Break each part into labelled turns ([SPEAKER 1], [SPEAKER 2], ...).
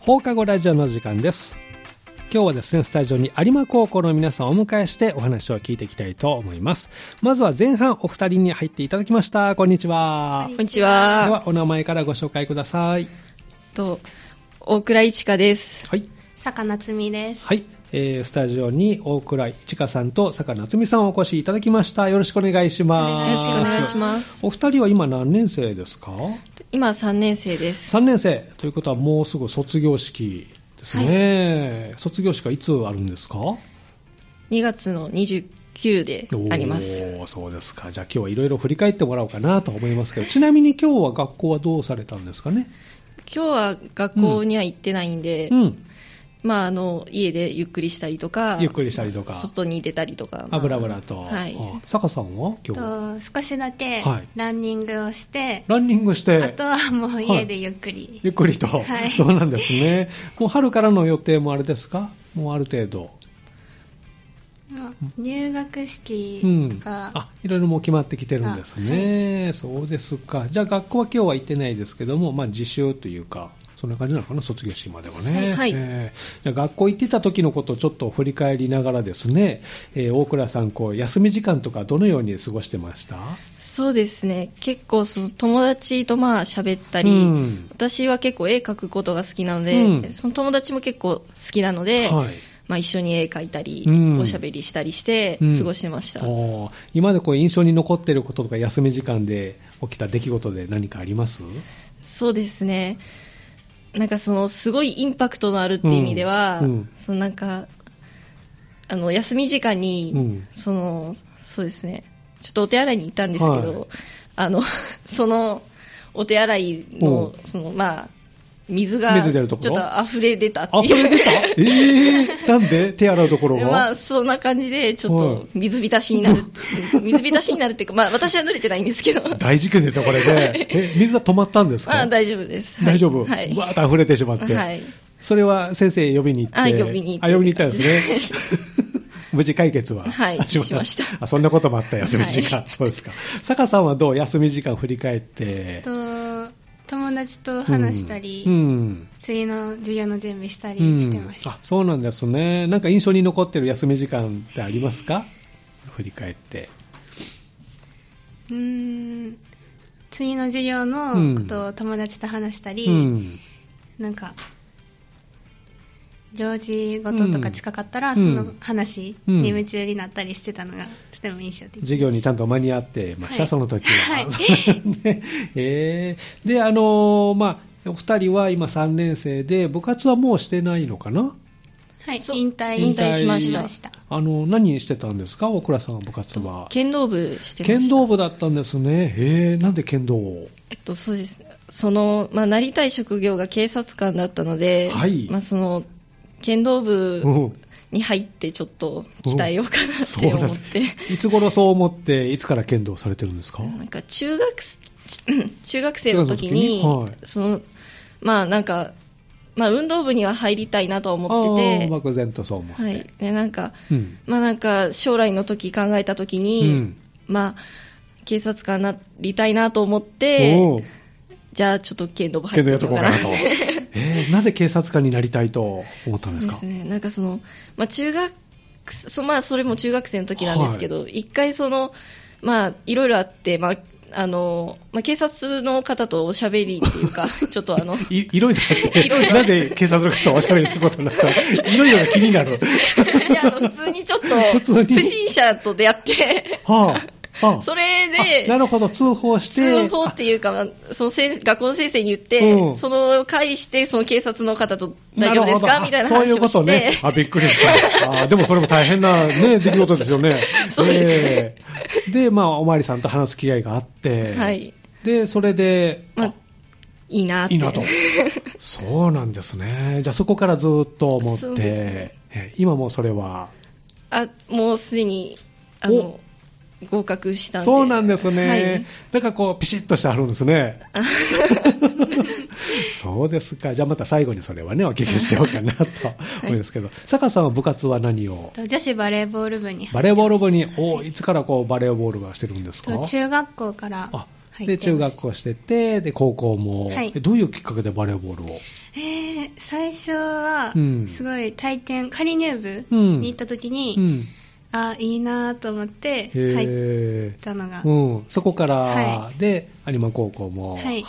[SPEAKER 1] 放課後ラジオの時間です。今日はですね、スタジオに有馬高校の皆さんをお迎えしてお話を聞いていきたいと思います。まずは前半お二人に入っていただきました。こんにちは。
[SPEAKER 2] こんにち
[SPEAKER 1] で
[SPEAKER 2] は。
[SPEAKER 1] は、お名前からご紹介ください。
[SPEAKER 2] と、大倉一花です。
[SPEAKER 1] はい。
[SPEAKER 3] 坂夏美です。
[SPEAKER 1] はい。えースタジオに大倉一花さんと坂夏美さんをお越しいただきました。よろしくお願いし
[SPEAKER 2] よ
[SPEAKER 1] ます。
[SPEAKER 2] ろしくお願いし
[SPEAKER 1] す。
[SPEAKER 2] ます。
[SPEAKER 1] お二人は今何年生ですか
[SPEAKER 2] 今3年生です。
[SPEAKER 1] 3年生ということはもうすぐ卒業式ですね、卒業式はいつあるんですか
[SPEAKER 2] 2月の29であります。
[SPEAKER 1] おーそうですかじゃあ今日はいろいろ振り返ってもらおうかなと思いますけどちなみに今日は学校はどうされたんですかね
[SPEAKER 2] 今日は学校には行ってないんで、
[SPEAKER 1] うん
[SPEAKER 2] まあ、あの、家でゆっくりしたりとか、
[SPEAKER 1] ゆっくりしたりとか
[SPEAKER 2] 外に出たりとか、
[SPEAKER 1] あ
[SPEAKER 2] まあ
[SPEAKER 1] ぶらぶらと、
[SPEAKER 2] はい
[SPEAKER 1] あ坂さんは今日は
[SPEAKER 3] と少しだけ
[SPEAKER 1] はい
[SPEAKER 3] ランニングをして、
[SPEAKER 1] ランニングして
[SPEAKER 3] あとはもう
[SPEAKER 1] い
[SPEAKER 3] 家でゆっくり。
[SPEAKER 1] ゆっくりと、
[SPEAKER 3] はい
[SPEAKER 1] そうなんですねもう春からの予定もあれですかもうある程度
[SPEAKER 3] もう入学式
[SPEAKER 1] うん
[SPEAKER 3] と、か
[SPEAKER 1] あ、いろいろもう決まってきてるんですね、そうですか、じゃあ学校は今日は行ってないですけども、まあ、自習というか、そんな感じなのかな、卒業式まではね、
[SPEAKER 2] はい
[SPEAKER 1] えーじゃあ学校行ってた時のことをちょっと振り返りながらですね、えー大倉さんこう、休み時間とか、どのように過ごしてました
[SPEAKER 2] そうですね。結構、その友達とまあ喋ったり、
[SPEAKER 1] うん
[SPEAKER 2] 私は結構絵描くことが好きなので、
[SPEAKER 1] うん
[SPEAKER 2] その友達も結構好きなので、
[SPEAKER 1] はい
[SPEAKER 2] まあ、一緒に絵描いたり、
[SPEAKER 1] うん
[SPEAKER 2] おしゃべりしたりして
[SPEAKER 1] うん
[SPEAKER 2] 過ごしてました、
[SPEAKER 1] おー今までこう印象に残っていることとか、休み時間で起きた出来事で何かあります
[SPEAKER 2] そうですねなんかそのすごいインパクトのあるって意味では、
[SPEAKER 1] うんうん
[SPEAKER 2] そのなんかあの休み時間に、
[SPEAKER 1] うん
[SPEAKER 2] そのそうですねちょっとお手洗いに行ったんですけど、
[SPEAKER 1] はい
[SPEAKER 2] あの そのお手洗い
[SPEAKER 1] うん
[SPEAKER 2] のそのまあ水が
[SPEAKER 1] 水
[SPEAKER 2] ち
[SPEAKER 1] 出
[SPEAKER 2] ょ
[SPEAKER 1] る
[SPEAKER 2] っ
[SPEAKER 1] とこと
[SPEAKER 2] 溢れ出たって
[SPEAKER 1] あ、こ
[SPEAKER 2] い
[SPEAKER 1] れ
[SPEAKER 2] う
[SPEAKER 1] 出 たえー、なんで手洗うところが、
[SPEAKER 2] まあ、そんな感じで、ちょっと水浸しになる って、水浸しになるっていうか、まあ、私は濡れてないんですけど、
[SPEAKER 1] 大事件ですよ、これね。え、水は止まったんですか
[SPEAKER 2] ま あ、大丈夫です。はい
[SPEAKER 1] 大丈夫。
[SPEAKER 2] はい。
[SPEAKER 1] わーっと溢れてしまって。
[SPEAKER 2] はい。
[SPEAKER 1] それは先生呼びに行って。
[SPEAKER 2] あ呼びに行っ
[SPEAKER 1] あ
[SPEAKER 2] て
[SPEAKER 1] 呼びに行ったんです ね。無事解決は、
[SPEAKER 2] はい
[SPEAKER 1] あ
[SPEAKER 2] しました
[SPEAKER 1] あそんなこともあった休み時間、そうですか坂さんはどう休み時間振り返って
[SPEAKER 3] と友達と話したり、
[SPEAKER 1] うんうん
[SPEAKER 3] 次の授業の準備したり
[SPEAKER 1] うん
[SPEAKER 3] してました。
[SPEAKER 1] あそうなんですねなんか印象に残ってる休み時間ってありますか振り返って
[SPEAKER 3] うーん。次の授業のことを友達と話したり、
[SPEAKER 1] うん
[SPEAKER 3] なんか。行事ごととか近かったら、
[SPEAKER 1] うん
[SPEAKER 3] その話
[SPEAKER 1] うん
[SPEAKER 3] に夢中になったりしてたのがとても印象的
[SPEAKER 1] 授業にちゃんと間に合ってました、
[SPEAKER 3] はい
[SPEAKER 1] その時は。
[SPEAKER 3] はい
[SPEAKER 1] ねえーで、あのーまあ、お二人は今3年生で、部活はもうしてないのかな
[SPEAKER 3] はい、
[SPEAKER 2] そう
[SPEAKER 3] 引退
[SPEAKER 2] 引退しました
[SPEAKER 1] あの、何してたんですか大倉さんは部活は。
[SPEAKER 2] 剣道部してま
[SPEAKER 1] 剣
[SPEAKER 2] した。
[SPEAKER 1] 道部だったんですね。へえ、なんで剣道を
[SPEAKER 2] えっと、そうです。その、まあ、なりたい職業が警察官だったので、
[SPEAKER 1] はい
[SPEAKER 2] まあ、その、剣道部
[SPEAKER 1] うん
[SPEAKER 2] に入って、ちょっと鍛えようかなっ
[SPEAKER 1] そう
[SPEAKER 2] て
[SPEAKER 1] なんだ
[SPEAKER 2] 思って、
[SPEAKER 1] いつ頃そう思って、いつから剣道されてるんですか
[SPEAKER 2] なんか中学 す中学生の時に
[SPEAKER 1] 中学の時にはい
[SPEAKER 2] そのまあなんか、まあ、運動部には入りたいなとは思
[SPEAKER 1] あ
[SPEAKER 2] って
[SPEAKER 1] ー
[SPEAKER 2] て、
[SPEAKER 1] 漠然とそう思って。
[SPEAKER 2] はい、でなんか
[SPEAKER 1] うん。
[SPEAKER 2] まあなんか将来の時考えた時に、
[SPEAKER 1] うん
[SPEAKER 2] まあ警察官になりたいなと思って
[SPEAKER 1] おう
[SPEAKER 2] じゃあちょっと剣道部入
[SPEAKER 1] 剣
[SPEAKER 2] っ
[SPEAKER 1] 道
[SPEAKER 2] て
[SPEAKER 1] や
[SPEAKER 2] み
[SPEAKER 1] っと
[SPEAKER 2] よう
[SPEAKER 1] こう
[SPEAKER 2] か
[SPEAKER 1] かな
[SPEAKER 2] な
[SPEAKER 1] と。えーなぜ警察官になりたいと思ったんで
[SPEAKER 2] そ
[SPEAKER 1] す
[SPEAKER 2] うで
[SPEAKER 1] か
[SPEAKER 2] すねなんかその、まあ、中学そまあそれも中学生の時なんですけど、一、回そのまあいろいろあってまああのまあ、警察の方とおしゃべりっていう か、ちょっとあの、
[SPEAKER 1] いいろいろあ って、なんで警察の方とおしゃべりすることになったのいろいろが気になる。
[SPEAKER 2] いや、あの普通にちょっ
[SPEAKER 1] 普
[SPEAKER 2] と、
[SPEAKER 1] 通に
[SPEAKER 2] 不審者と出会って、
[SPEAKER 1] はあ、はあ、
[SPEAKER 2] それ
[SPEAKER 1] あな
[SPEAKER 2] で、
[SPEAKER 1] るほど、通報して。
[SPEAKER 2] 通報っていうか、まあその先学校の先生に言って、
[SPEAKER 1] うん
[SPEAKER 2] その返して、その警察の方と大丈夫です
[SPEAKER 1] なるほ
[SPEAKER 2] か
[SPEAKER 1] ど
[SPEAKER 2] みたいな
[SPEAKER 1] そうい
[SPEAKER 2] 話
[SPEAKER 1] う
[SPEAKER 2] を
[SPEAKER 1] こ
[SPEAKER 2] して、
[SPEAKER 1] とね。あ、びっくりした。あでもそれも大変な、 ね、出来事ですよね。
[SPEAKER 2] そうで
[SPEAKER 1] ええで、まあ、おまわりさんと話す機会があって。
[SPEAKER 2] はい。
[SPEAKER 1] で、それで、
[SPEAKER 2] まあ、いいなって。
[SPEAKER 1] いいなと。そうなんですね。じゃあそこからずっと思っ
[SPEAKER 2] そ
[SPEAKER 1] て、
[SPEAKER 2] うですね
[SPEAKER 1] え今もうそれは。
[SPEAKER 2] あ、もうすでに、あ
[SPEAKER 1] お
[SPEAKER 2] の、合格したんで。
[SPEAKER 1] そうなんですね。
[SPEAKER 2] はい
[SPEAKER 1] だからこう、ピシッとしてあるんです ね。そうですか。じゃあまた最後にそれはね、お聞きしようかな と思うんですけど、坂さんは部活は何を
[SPEAKER 3] と女子バレーボール部に入
[SPEAKER 1] バレーボール部に、おいつからこうバレーボールはしてるんですか
[SPEAKER 3] と中学校から
[SPEAKER 1] あ
[SPEAKER 3] 入
[SPEAKER 1] で、
[SPEAKER 3] ってます
[SPEAKER 1] 中学校してて、で、高校も。
[SPEAKER 3] はい
[SPEAKER 1] えどういうきっかけでバレーボールを
[SPEAKER 3] えー最初は
[SPEAKER 1] うん
[SPEAKER 3] すごい体験、仮入部
[SPEAKER 1] うん
[SPEAKER 3] に行った時に、
[SPEAKER 1] うん。
[SPEAKER 3] あいいなぁと思って入っ
[SPEAKER 1] へ
[SPEAKER 3] たのが、
[SPEAKER 1] ーうん、そこから、
[SPEAKER 3] は
[SPEAKER 1] で有馬高校も、
[SPEAKER 3] はい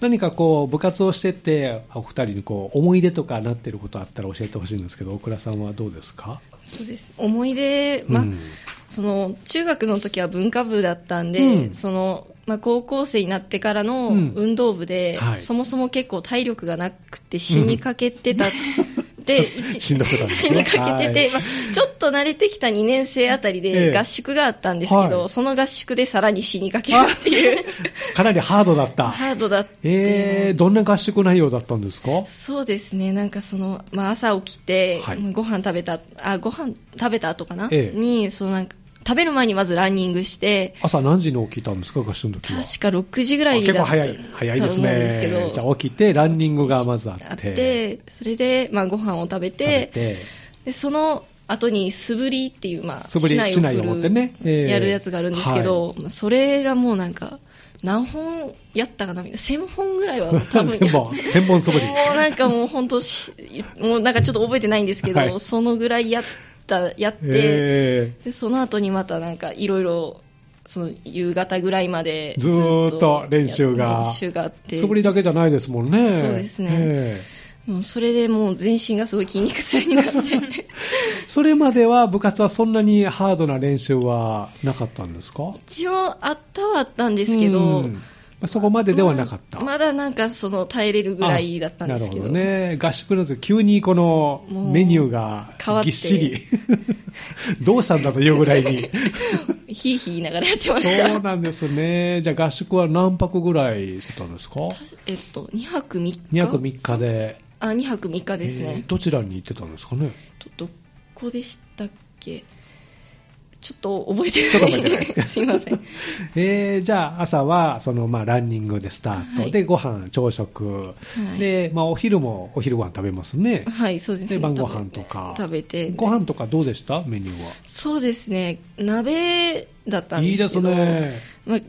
[SPEAKER 1] 何かこう部活をしててお二人にこう思い出とかなってることあったら教えてほしいんですけど大倉さんはどうですか、
[SPEAKER 2] そうです思い出、まあ
[SPEAKER 1] うん
[SPEAKER 2] その中学の時は文化部だったんで、
[SPEAKER 1] うん
[SPEAKER 2] そのまあ、高校生になってからの
[SPEAKER 1] うん
[SPEAKER 2] 運動部で、
[SPEAKER 1] はい
[SPEAKER 2] そもそも結構体力がなくて死にかけてた、 で一
[SPEAKER 1] しんどくなるんです
[SPEAKER 2] 死
[SPEAKER 1] ね
[SPEAKER 2] にかけてて、
[SPEAKER 1] はい
[SPEAKER 2] まあ、ちょっと慣れてきた2年生あたり
[SPEAKER 1] ええ
[SPEAKER 2] で合宿があったんですけど、
[SPEAKER 1] はい
[SPEAKER 2] その合宿でさらに死にかけるっていう
[SPEAKER 1] かなりハードだ った、
[SPEAKER 2] ハードだっていうの
[SPEAKER 1] えー、どんな合宿内容だったんですか
[SPEAKER 2] そうですね、なんかその、まあ、朝起きて、
[SPEAKER 1] はい
[SPEAKER 2] もうご飯食べた、あ、ご飯食べた後かな、
[SPEAKER 1] ええ
[SPEAKER 2] に、そのなんか、食べる前にまずランニングして、
[SPEAKER 1] 朝何時に起きたんですか合宿の時は
[SPEAKER 2] 確か6時ぐらい
[SPEAKER 1] 結
[SPEAKER 2] だった
[SPEAKER 1] 構早い早いです
[SPEAKER 2] と思うんですけ
[SPEAKER 1] ね
[SPEAKER 2] ど
[SPEAKER 1] じゃあ起きてランニングがまずあって
[SPEAKER 2] あって、それで、まあ、ご飯を食べ
[SPEAKER 1] 食べ
[SPEAKER 2] て、
[SPEAKER 1] て
[SPEAKER 2] でその後に素振りっていう、まあ、
[SPEAKER 1] 素振り
[SPEAKER 2] 竹
[SPEAKER 1] 竹刀を持ってねええ
[SPEAKER 2] やるやつがあるんですけど、まあそれがもうなんか、何本やったかな、1000本ぐらいは多分
[SPEAKER 1] 千本千本素 振り
[SPEAKER 2] もうなんかもう本当し、もうなんかちょっと覚えてないんですけど、
[SPEAKER 1] はい
[SPEAKER 2] そのぐらいやった、やって、
[SPEAKER 1] えー
[SPEAKER 2] でその後にまたなんかいろいろ、その夕方ぐらいまで
[SPEAKER 1] ずーっと練習が
[SPEAKER 2] 練習があって、
[SPEAKER 1] 素振りだけじゃないですもんね。
[SPEAKER 2] そうですね
[SPEAKER 1] え
[SPEAKER 2] もうそれでもう全身がすごい筋肉痛になって、
[SPEAKER 1] えそれまでは部活はそんなにハードな練習はなかったんですか
[SPEAKER 2] 一応あったはあったんですけ
[SPEAKER 1] う
[SPEAKER 2] ど、
[SPEAKER 1] んまあそこまでではなかった。
[SPEAKER 2] ままだなんかその耐えれるぐらいだったんですけど、
[SPEAKER 1] あなるほどね。合宿の時、急にこの
[SPEAKER 2] もう
[SPEAKER 1] メニューが
[SPEAKER 2] 変わって
[SPEAKER 1] ぎっしり。どうしたんだというぐらいに。
[SPEAKER 2] ひいひい言いながらやってました。
[SPEAKER 1] そうなんですね。じゃあ合宿は何泊ぐらいしてたんですか
[SPEAKER 2] えっと、2泊3日
[SPEAKER 1] ?2 泊3日で。
[SPEAKER 2] あ、2泊3日ですね。
[SPEAKER 1] えーどちらに行ってたんですかね
[SPEAKER 2] とどこでしたっけちょっと覚えてない
[SPEAKER 1] ちょっと覚えてない
[SPEAKER 2] すいません
[SPEAKER 1] えーじゃあ朝はそのまあランニングでスタート、
[SPEAKER 2] はい
[SPEAKER 1] でご飯朝食、
[SPEAKER 2] はい
[SPEAKER 1] でまあお昼もお昼ご飯食べますね。
[SPEAKER 2] はいそうですね
[SPEAKER 1] で晩ご飯とか
[SPEAKER 2] 食べて
[SPEAKER 1] ご飯とかどうでしたメニューは。
[SPEAKER 2] そうですね鍋だったん
[SPEAKER 1] い
[SPEAKER 2] で
[SPEAKER 1] いです
[SPEAKER 2] けど
[SPEAKER 1] ね。
[SPEAKER 2] まあ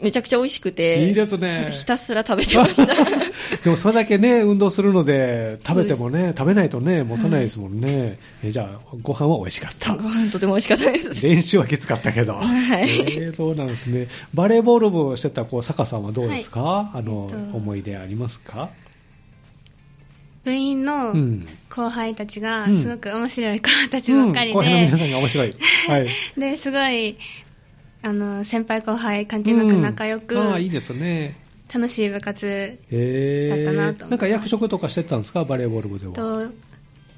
[SPEAKER 2] めちゃくちゃ美味しくて
[SPEAKER 1] いいですね
[SPEAKER 2] ひたすら食べてました
[SPEAKER 1] でもそれだけね運動するので
[SPEAKER 2] そ
[SPEAKER 1] 食
[SPEAKER 2] う
[SPEAKER 1] べ
[SPEAKER 2] です
[SPEAKER 1] てもね食べないとね持たないですもんね。えーじゃあご飯は美味しか った。
[SPEAKER 2] ご飯とても美味しかったです
[SPEAKER 1] 練習はきつかったけど。
[SPEAKER 2] はい
[SPEAKER 1] えーそうなんですね。バレーボール部をしてたこう坂さんはどうですか、あの、
[SPEAKER 3] えっと
[SPEAKER 1] 思い出ありますか？
[SPEAKER 3] 部員の
[SPEAKER 1] うん
[SPEAKER 3] 後輩たちが
[SPEAKER 1] うん
[SPEAKER 3] すごく面白い子たちばっかりで、
[SPEAKER 1] うん後輩の皆さんが面 白い。はい。
[SPEAKER 3] ですごいあの先輩後輩関係なく仲良く、
[SPEAKER 1] うんああ、いいですね。
[SPEAKER 3] 楽しい部活
[SPEAKER 1] へえ。
[SPEAKER 3] だったなと思います
[SPEAKER 1] んか役職とかしてたんですか、バレーボール部では。
[SPEAKER 3] と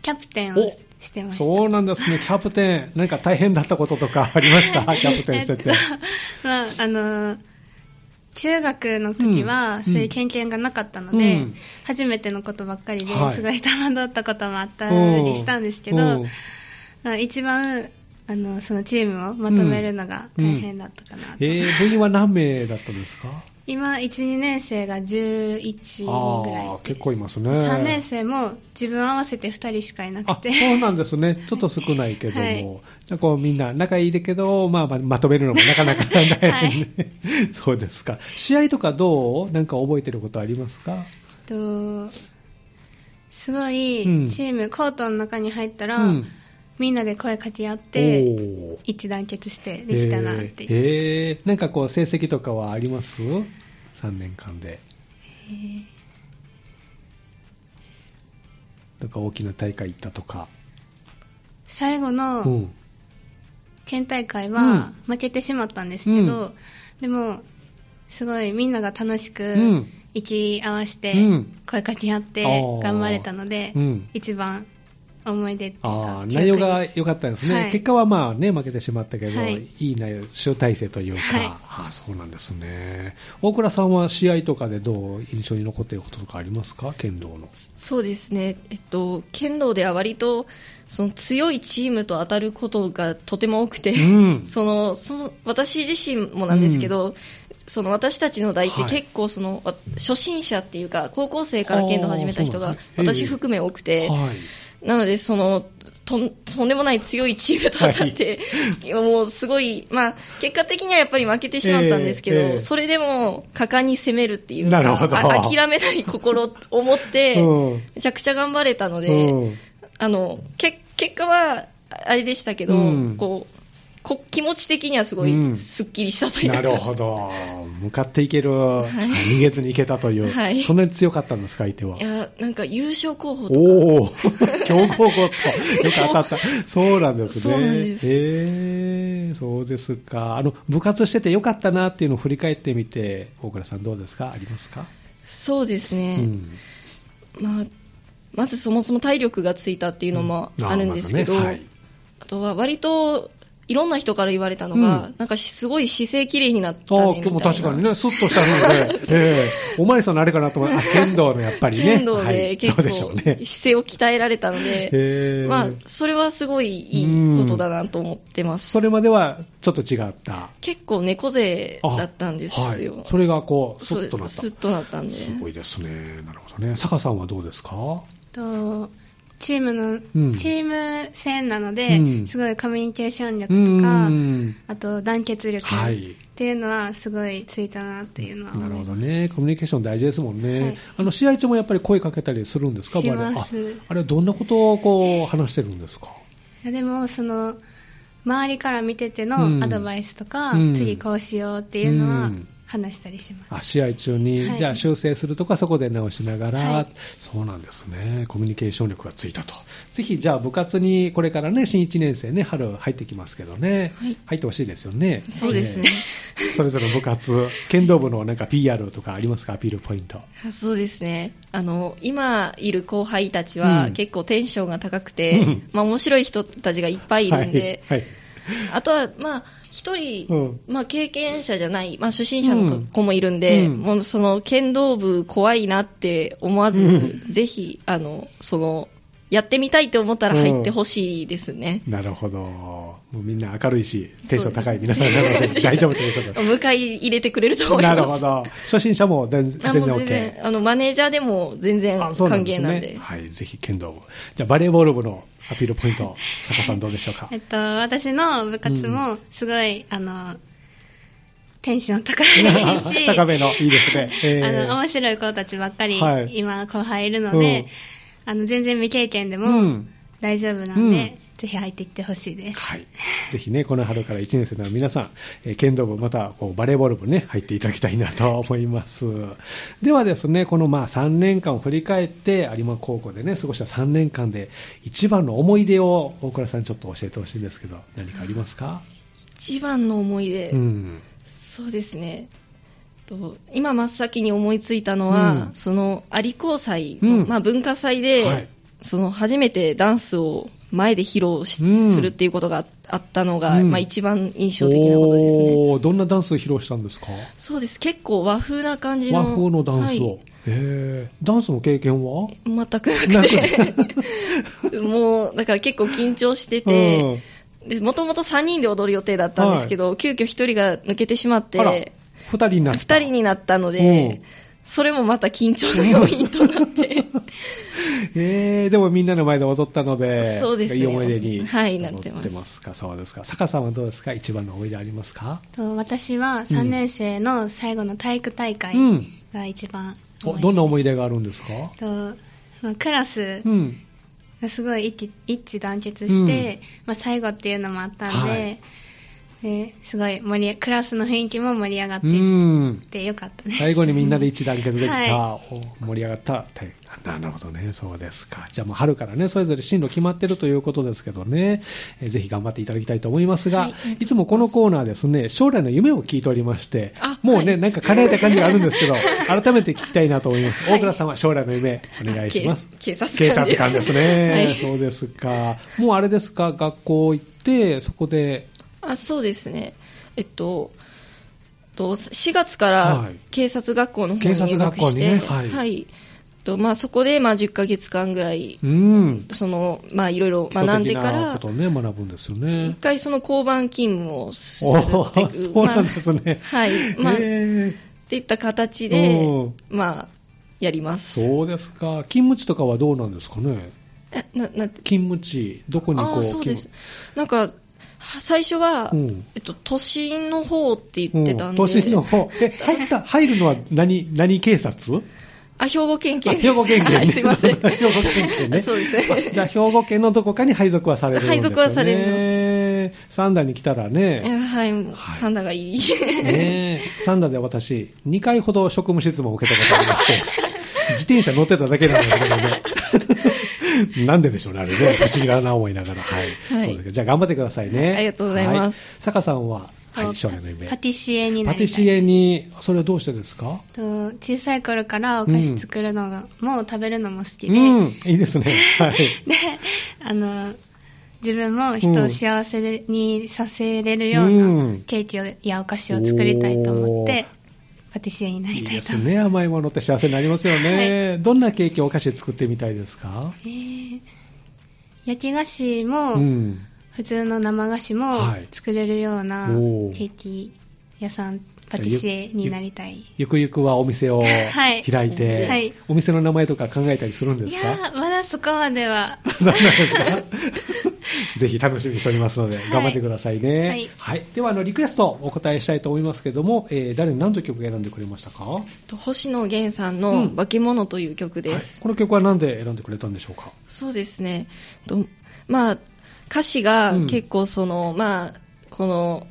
[SPEAKER 3] キャプテンをしてました
[SPEAKER 1] そうなんですね、キャプテン、何か大変だったこととかありました キャプテンしてて。
[SPEAKER 3] まああの中学の時
[SPEAKER 1] う
[SPEAKER 3] は
[SPEAKER 1] ん
[SPEAKER 3] そういう経験がなかったので、
[SPEAKER 1] うん
[SPEAKER 3] 初めてのことばっかりで
[SPEAKER 1] はい
[SPEAKER 3] すごい戸惑ったこともあった
[SPEAKER 1] う
[SPEAKER 3] りしたんですけど、
[SPEAKER 1] うん
[SPEAKER 3] まあ一番あのそのチームをまとめるのが大変だったかなと、
[SPEAKER 1] えー、部員は何名だったんですか
[SPEAKER 3] 今12年生が11人ぐら
[SPEAKER 1] あ
[SPEAKER 3] い
[SPEAKER 1] あ、結構いますね。
[SPEAKER 3] 3年生も自分合わせて2人しかいな
[SPEAKER 1] あ
[SPEAKER 3] くて
[SPEAKER 1] そうなんですね、ちょっと少ないけども、
[SPEAKER 3] はい
[SPEAKER 1] じゃあこうみんな仲いいだけど、まあ、ままとめるのもなかなか大変ね、
[SPEAKER 3] は
[SPEAKER 1] そうですか、試合とかどう、なんか覚えてることありますか、
[SPEAKER 3] とすご
[SPEAKER 1] うん
[SPEAKER 3] いチーム、コートの中に入ったら、
[SPEAKER 1] うん
[SPEAKER 3] みんなで声かけ合っ
[SPEAKER 1] お
[SPEAKER 3] て
[SPEAKER 1] ー
[SPEAKER 3] 一致団結してできたなっ
[SPEAKER 1] え
[SPEAKER 3] てい
[SPEAKER 1] ー
[SPEAKER 3] う、
[SPEAKER 1] えーなんかこう成績とかはあります ?3 年間で。なんか大きな大会行ったとか。
[SPEAKER 3] 最後
[SPEAKER 1] う
[SPEAKER 3] の
[SPEAKER 1] ん
[SPEAKER 3] 県大会
[SPEAKER 1] うん
[SPEAKER 3] は負けてしまったんですけど、でもすごいみんなが楽し
[SPEAKER 1] う
[SPEAKER 3] く
[SPEAKER 1] ん
[SPEAKER 3] 息合わせて
[SPEAKER 1] うん
[SPEAKER 3] 声かけ合って
[SPEAKER 1] あー
[SPEAKER 3] 頑張れたので、
[SPEAKER 1] うん
[SPEAKER 3] 一番思い出っていう
[SPEAKER 1] あ
[SPEAKER 3] か
[SPEAKER 1] あ
[SPEAKER 3] 記憶に
[SPEAKER 1] 内容が良かったんですね、
[SPEAKER 3] はい
[SPEAKER 1] 結果はまあね負けてしまったけど、
[SPEAKER 3] はい
[SPEAKER 1] い、い内容、集大成というか、
[SPEAKER 3] はい
[SPEAKER 1] ああそうなんですね、大倉さんは試合とかでどう印象に残っていることとかありますか、剣道の。
[SPEAKER 2] そうですね、えっと、剣道では割とその強いチームと当たることがとても多くて、
[SPEAKER 1] うん
[SPEAKER 2] そのその私自身もなんですけど、その私たちの代って
[SPEAKER 1] はい
[SPEAKER 2] 結構その、わ初心者っていうか高校生から剣道始めた人
[SPEAKER 1] あー
[SPEAKER 2] が
[SPEAKER 1] そうなんですね
[SPEAKER 2] 私含め多くて、
[SPEAKER 1] はい、
[SPEAKER 2] なので、そのとんとんでもない強いチームと当たって、 もうすごい、まあ、結果的にはやっぱり負けてしまったんですけど、
[SPEAKER 1] ええええ
[SPEAKER 2] それでも果敢に攻めるっていう
[SPEAKER 1] なるほ
[SPEAKER 2] か、
[SPEAKER 1] ど
[SPEAKER 2] あ諦めない心を持って、
[SPEAKER 1] うん
[SPEAKER 2] めちゃくちゃ頑張れたので、
[SPEAKER 1] うん
[SPEAKER 2] あのけ結果はあれでしたけど、
[SPEAKER 1] うん
[SPEAKER 2] こうこ気持ち的にはすご
[SPEAKER 1] うん
[SPEAKER 2] いすっきりしたというか、
[SPEAKER 1] なるほど。向かっていける。
[SPEAKER 2] い
[SPEAKER 1] 逃げずにいけたという。
[SPEAKER 2] はい。
[SPEAKER 1] そんなに強かったんですか、相手はい
[SPEAKER 2] やなんか優勝候補とか
[SPEAKER 1] おお 強豪校と。よく当たった。そうなんですね。
[SPEAKER 2] そうなんです
[SPEAKER 1] えーそうですか。あの、部活しててよかったなっていうのを振り返ってみて、大倉さんどうですかありますか、
[SPEAKER 2] そうです
[SPEAKER 1] う
[SPEAKER 2] ね、
[SPEAKER 1] ん
[SPEAKER 2] まあ、まずそもそも体力がついたっていうのもあるんですけど、
[SPEAKER 1] う
[SPEAKER 2] あ
[SPEAKER 1] まずねはい
[SPEAKER 2] とは割といろんな人から言われたの
[SPEAKER 1] う
[SPEAKER 2] が、
[SPEAKER 1] ん
[SPEAKER 2] なんかすごい姿勢綺麗になった
[SPEAKER 1] ああ、
[SPEAKER 2] ねみ
[SPEAKER 1] 今
[SPEAKER 2] た
[SPEAKER 1] 日
[SPEAKER 2] い
[SPEAKER 1] も確か
[SPEAKER 2] な
[SPEAKER 1] にね、スッとしたので、 ええおまりさんのあれかなと思います。あ剣道のやっぱりね。
[SPEAKER 2] 剣道
[SPEAKER 1] はい
[SPEAKER 2] で結構、
[SPEAKER 1] そうでしょうね。
[SPEAKER 2] 姿勢を鍛えられたので、
[SPEAKER 1] ええ
[SPEAKER 2] まあ、それはすごいいいことだなと思ってます
[SPEAKER 1] そ。れまではちょっと違った。
[SPEAKER 2] 結構猫背だったんですよ。
[SPEAKER 1] はい、それがこう、ス
[SPEAKER 2] そう
[SPEAKER 1] ッとなった。
[SPEAKER 2] スッ
[SPEAKER 1] す
[SPEAKER 2] となったんで。
[SPEAKER 1] ごいですね。なるほどね。坂さんはどうですか
[SPEAKER 3] とチームの、
[SPEAKER 1] うん
[SPEAKER 3] チーム戦なので、
[SPEAKER 1] うん
[SPEAKER 3] すごいコミュニケーション力
[SPEAKER 1] う
[SPEAKER 3] とか、
[SPEAKER 1] ん
[SPEAKER 3] あと団結力
[SPEAKER 1] は
[SPEAKER 3] っ
[SPEAKER 1] い。
[SPEAKER 3] ていうのはすごいついたなっていうのは
[SPEAKER 1] なる
[SPEAKER 3] 思
[SPEAKER 1] ほ
[SPEAKER 3] い
[SPEAKER 1] ど
[SPEAKER 3] ます、
[SPEAKER 1] ね。コミュニケーション大事ですもんね。
[SPEAKER 3] はい
[SPEAKER 1] あの、試合中もやっぱり声かけたりするんですか
[SPEAKER 3] します
[SPEAKER 1] 我々ああれはどんなことをこう、話してるんですか
[SPEAKER 3] いやでもその周りから見ててのアドバイスとか、
[SPEAKER 1] うん
[SPEAKER 3] 次こうしようっていうの
[SPEAKER 1] う
[SPEAKER 3] は
[SPEAKER 1] ん
[SPEAKER 3] 話したりします、
[SPEAKER 1] あ試合中に、
[SPEAKER 3] はい
[SPEAKER 1] じゃあ修正するとか、そこで直しながら、
[SPEAKER 3] はい
[SPEAKER 1] そうなんですね、コミュニケーション力がついたと、ぜひじゃあ部活にこれからね、新1年生ね、春入ってきますけどね、
[SPEAKER 2] はい
[SPEAKER 1] 入ってほしいですよね、
[SPEAKER 2] そうですね。
[SPEAKER 1] えーそれぞれの部活、剣道部のなんか PR とかありますか、アピールポイント。
[SPEAKER 2] そうですね。あの、今いる後輩たちは、
[SPEAKER 1] うん
[SPEAKER 2] 結構テンションが高くて、
[SPEAKER 1] うん
[SPEAKER 2] まあ面白い人たちがいっぱいいるんで、
[SPEAKER 1] はいはい
[SPEAKER 2] あとは、まあ、一人、
[SPEAKER 1] うん
[SPEAKER 2] まあ、経験者じゃない、まあ、初心者の子もいるんで、
[SPEAKER 1] うん
[SPEAKER 2] もうその剣道部怖いなって思わず、
[SPEAKER 1] うん
[SPEAKER 2] ぜひ、あの、その、やってみたいと思ったら入ってほしいですね。
[SPEAKER 1] なるほど、もうみんな明るいし、テンション高い皆さんなので大丈夫ということで。
[SPEAKER 2] 迎え入れてくれると思い
[SPEAKER 1] な
[SPEAKER 2] ます。
[SPEAKER 1] るほど、初心者も全
[SPEAKER 2] あ
[SPEAKER 1] 然
[SPEAKER 2] もう全
[SPEAKER 1] OK
[SPEAKER 2] 然、。あの、マネージャーでも全然
[SPEAKER 1] あそうな
[SPEAKER 2] 歓
[SPEAKER 1] んです
[SPEAKER 2] 迎
[SPEAKER 1] ね
[SPEAKER 2] なんで。
[SPEAKER 1] はい、ぜひ剣道部。じゃあ、バレーボール部のアピールポイント、坂さんどうでしょうか
[SPEAKER 3] え。っと、私の部活もすごい、あのテンション高いし
[SPEAKER 1] 高 めの、いいですね。えー
[SPEAKER 3] あの面白い子たちばっかり、
[SPEAKER 1] はい
[SPEAKER 3] 今後輩いるので、あの全然未経験で
[SPEAKER 1] う
[SPEAKER 3] も
[SPEAKER 1] ん
[SPEAKER 3] 大丈夫なんで、
[SPEAKER 1] うん
[SPEAKER 3] ぜひ入っていってほしいです、
[SPEAKER 1] はい、ぜひね、この春から1年生の皆さん、えー剣道部、またこうバレーボール部ね、入っていただきたいなと思います。ではですね、このまあ3年間を振り返って、有馬高校でね、過ごした3年間で、一番の思い出を大倉さん、ちょっと教えてほしいんですけど、何かありますか、
[SPEAKER 2] 一番の思い出、
[SPEAKER 1] うん、
[SPEAKER 2] そうですね。と今真っ先に思いついたのは、
[SPEAKER 1] うん
[SPEAKER 2] その有高祭、
[SPEAKER 1] うん
[SPEAKER 2] まあ、文化祭で、
[SPEAKER 1] はい
[SPEAKER 2] その初めてダンスを前で披露し
[SPEAKER 1] うん
[SPEAKER 2] するっていうことがあったのが、
[SPEAKER 1] うん
[SPEAKER 2] まあ、一番印象的なことですね。
[SPEAKER 1] おーどんなダンスを披露したんですか
[SPEAKER 2] そうです結構和風な感じの
[SPEAKER 1] 和風のダンスを、
[SPEAKER 2] はい
[SPEAKER 1] へーダンスの経験は
[SPEAKER 2] 全くな くてもうだから結構緊張してて、もともと3人で踊る予定だったんですけど、急遽1人が抜けてしまっ
[SPEAKER 1] うん、あら2
[SPEAKER 2] て、
[SPEAKER 1] 人になっ
[SPEAKER 2] 2
[SPEAKER 1] た
[SPEAKER 2] 人になったので、それもまた緊張の要因となって、
[SPEAKER 1] えー、でもみんなの前で踊ったので
[SPEAKER 2] そうですね
[SPEAKER 1] いい思い出に
[SPEAKER 2] はいなってます
[SPEAKER 1] なますかそうですか坂さんはどうですか一番の思い出ありますか、
[SPEAKER 3] と私は3年生の最後の体育大会
[SPEAKER 1] うん
[SPEAKER 3] が一番
[SPEAKER 1] お
[SPEAKER 3] 思い出
[SPEAKER 1] どんな思い出があるんですか
[SPEAKER 3] とまあクラス
[SPEAKER 1] うん
[SPEAKER 3] がすごい一致一致団結して、まあ、最後っていうのもあったんで、
[SPEAKER 1] はい
[SPEAKER 3] ですごい盛りクラスの雰囲気も盛り上がって
[SPEAKER 1] う
[SPEAKER 3] い
[SPEAKER 1] ん
[SPEAKER 3] ってよかったです、
[SPEAKER 1] 最後にみんなで一致団結できた、
[SPEAKER 3] は
[SPEAKER 1] お盛り上がった大会なるほどね、そうですか。じゃあもう春からね、それぞれ進路決まってるということですけどね、えーぜひ頑張っていただきたいと思いますが、
[SPEAKER 3] はい
[SPEAKER 1] い、つもこのコーナーですね、将来の夢を聞いておりまして
[SPEAKER 2] あ、
[SPEAKER 1] もうね、なんか叶えた感じがあるんですけ ど、改めて聞きたいなと思います。大倉さんは将来の夢、 お願いし ます。
[SPEAKER 2] 警察
[SPEAKER 1] 警
[SPEAKER 2] 官
[SPEAKER 1] 察官ですね、
[SPEAKER 2] はい
[SPEAKER 1] そうですか。もうあれですか、学校行って、そこで、
[SPEAKER 2] あそうですね、えっと、と4月か
[SPEAKER 1] は
[SPEAKER 2] ら
[SPEAKER 1] い
[SPEAKER 2] 警察学校の方に
[SPEAKER 1] 警察
[SPEAKER 2] 入
[SPEAKER 1] 学
[SPEAKER 2] 学
[SPEAKER 1] 校
[SPEAKER 2] し
[SPEAKER 1] に
[SPEAKER 2] て、
[SPEAKER 1] ねは
[SPEAKER 2] はいいとまあ、そこで、まあ、10ヶ月間ぐらい、
[SPEAKER 1] うん、
[SPEAKER 2] そのまあ、いろいろ
[SPEAKER 1] 基
[SPEAKER 2] 学ん
[SPEAKER 1] 礎
[SPEAKER 2] で
[SPEAKER 1] 的
[SPEAKER 2] か
[SPEAKER 1] な
[SPEAKER 2] ら
[SPEAKER 1] こと、をね、学ぶんですよね。
[SPEAKER 2] 一回、その交番勤務をする
[SPEAKER 1] お
[SPEAKER 2] ってい
[SPEAKER 1] ー
[SPEAKER 2] う、
[SPEAKER 1] そうなんで
[SPEAKER 2] まあ
[SPEAKER 1] すね。
[SPEAKER 2] はいまあ
[SPEAKER 1] えー
[SPEAKER 2] っていった形で
[SPEAKER 1] うん、
[SPEAKER 2] まあ、やります。
[SPEAKER 1] そうですか。勤務地とかはどうなんですかね。
[SPEAKER 2] えななんて
[SPEAKER 1] 勤務地、どこにこ
[SPEAKER 2] あ
[SPEAKER 1] う
[SPEAKER 2] ーそうです
[SPEAKER 1] 勤
[SPEAKER 2] なんかは最初は、
[SPEAKER 1] うん
[SPEAKER 2] えっと、都心の方って
[SPEAKER 1] 務
[SPEAKER 2] 言ってたんで、
[SPEAKER 1] うん、都心の方、え入った入るのは何何警察
[SPEAKER 2] あ兵庫県警
[SPEAKER 1] あ兵庫県警、ね、
[SPEAKER 2] はいすいませ ん
[SPEAKER 1] 兵庫県警ね。
[SPEAKER 2] そうですね
[SPEAKER 1] じゃあ、兵庫県のどこかに配属はされるんですよね。
[SPEAKER 2] 配属はされ
[SPEAKER 1] ます。サンダに来たら
[SPEAKER 2] いや
[SPEAKER 1] ね、
[SPEAKER 2] はい、
[SPEAKER 1] はい
[SPEAKER 2] サンダがいい
[SPEAKER 1] ねサンダで私、2回ほど職務質問を受けたことありまして、自転車乗ってただけなんですけどね。なんででしょうね、 あれね。不思議だな思いながら。はい。
[SPEAKER 2] はい
[SPEAKER 1] そうですじゃあ、頑張ってくださいね。
[SPEAKER 2] ありがとうございます
[SPEAKER 1] は。坂さんは、は
[SPEAKER 3] と
[SPEAKER 1] い、将来の夢。
[SPEAKER 3] パティシエにな
[SPEAKER 1] パ
[SPEAKER 3] りたい
[SPEAKER 1] ティシエに、それはどうしてですか
[SPEAKER 3] と小さい頃からお菓子作るのが、もう食べるのも好き
[SPEAKER 1] う
[SPEAKER 3] で、
[SPEAKER 1] ん、いいですね。はい。
[SPEAKER 3] であの自分も人を幸せにさせれるよう
[SPEAKER 1] う
[SPEAKER 3] なんケーキをやお菓子を作りたいと思って、パティシエにな
[SPEAKER 1] い
[SPEAKER 3] り
[SPEAKER 1] い
[SPEAKER 3] たい
[SPEAKER 1] で
[SPEAKER 3] と
[SPEAKER 1] す
[SPEAKER 3] 思う
[SPEAKER 1] ね、甘いものって幸せになりますよね、どんなケーキ、お菓子作ってみたいですか、
[SPEAKER 3] えー焼き菓子も、
[SPEAKER 1] うん、
[SPEAKER 3] 普通の生菓子も
[SPEAKER 1] はい
[SPEAKER 3] 作れるようなケ
[SPEAKER 1] おー
[SPEAKER 3] ーキ屋さん、パティシエになりたい。
[SPEAKER 1] ゆくゆくはお店を
[SPEAKER 3] はい
[SPEAKER 1] 開いて、
[SPEAKER 3] はい
[SPEAKER 1] お店の名前とか考えたりするんで
[SPEAKER 3] い
[SPEAKER 1] す
[SPEAKER 3] や
[SPEAKER 1] か、
[SPEAKER 3] ー、まだそこまでは。
[SPEAKER 1] そうなんですか ぜひ楽しみにしておりますので、
[SPEAKER 3] い
[SPEAKER 1] 頑張ってくださいね。は
[SPEAKER 3] はいい。
[SPEAKER 1] では、あの、リクエストお答えしたいと思いますけども、えー誰に何の曲を選んでくれましたか
[SPEAKER 2] と星野源さん
[SPEAKER 1] う
[SPEAKER 2] の
[SPEAKER 1] ん
[SPEAKER 2] 「化け物」という曲で
[SPEAKER 1] は
[SPEAKER 2] す
[SPEAKER 1] い、、この曲は何で選んでくれたんでしょうか
[SPEAKER 2] そうですねとまあ歌詞が
[SPEAKER 1] うん
[SPEAKER 2] 結構その、まあこの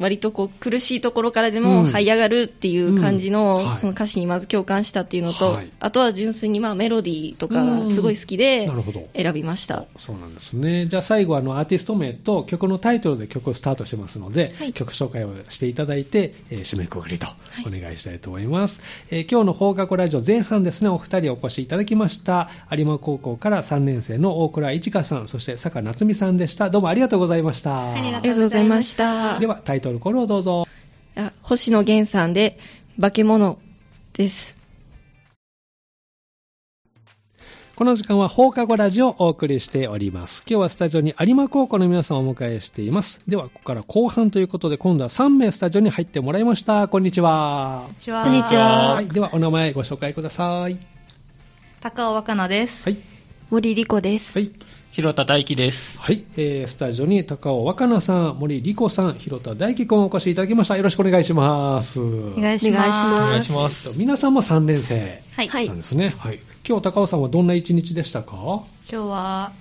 [SPEAKER 2] 割とこう苦しいところからでも
[SPEAKER 1] うん
[SPEAKER 2] 這い上がるっていう感じの,、
[SPEAKER 1] うんはい
[SPEAKER 2] その歌詞にまず共感したっていうのと、
[SPEAKER 1] はい
[SPEAKER 2] あとは純粋にまあメロディーとかがすごい好きで
[SPEAKER 1] なるほど。
[SPEAKER 2] 選びました、
[SPEAKER 1] そうなんですね。じゃあ最後、あの、アーティスト名と曲のタイトルで曲をスタートしてますので、
[SPEAKER 2] はい
[SPEAKER 1] 曲紹介をしていただいて、えー締めくくりとお願いしたいと思います。えー今日の放課後ラジオ前半ですね、お二人お越しいただきました。有馬高校から3年生の大倉一華さん、そして坂夏美さんでした。どうもありがとうございました。
[SPEAKER 3] ありが
[SPEAKER 2] ありがとうございました
[SPEAKER 1] では、タイトルコールをどうぞ。
[SPEAKER 2] あ星野源さんで「化け物」です
[SPEAKER 1] この時間は放課後ラジオをお送りしております。今日はスタジオに有馬高校の皆さんをお迎えしています。では、ここから後半ということで、今度は3名スタジオに入ってもらいました。こんにちは。
[SPEAKER 4] こんにちは。
[SPEAKER 3] こんにち
[SPEAKER 1] い。では、お名前ご紹介ください。
[SPEAKER 4] 高尾若菜です。
[SPEAKER 1] はい。
[SPEAKER 2] 森莉子です
[SPEAKER 1] はい。
[SPEAKER 5] 広田大輝です。
[SPEAKER 1] はい。えー、スタジオに高尾若菜さん、森莉子さん、広田大輝くんをお越しいただきました。よろしくお願いします。
[SPEAKER 4] お願いします。
[SPEAKER 5] お願いします。
[SPEAKER 1] 皆さんも3年生
[SPEAKER 4] はい。
[SPEAKER 2] は
[SPEAKER 4] はいい、
[SPEAKER 1] なんですね。はい。今日高尾さんはどんな一日でしたか、
[SPEAKER 4] 今日は、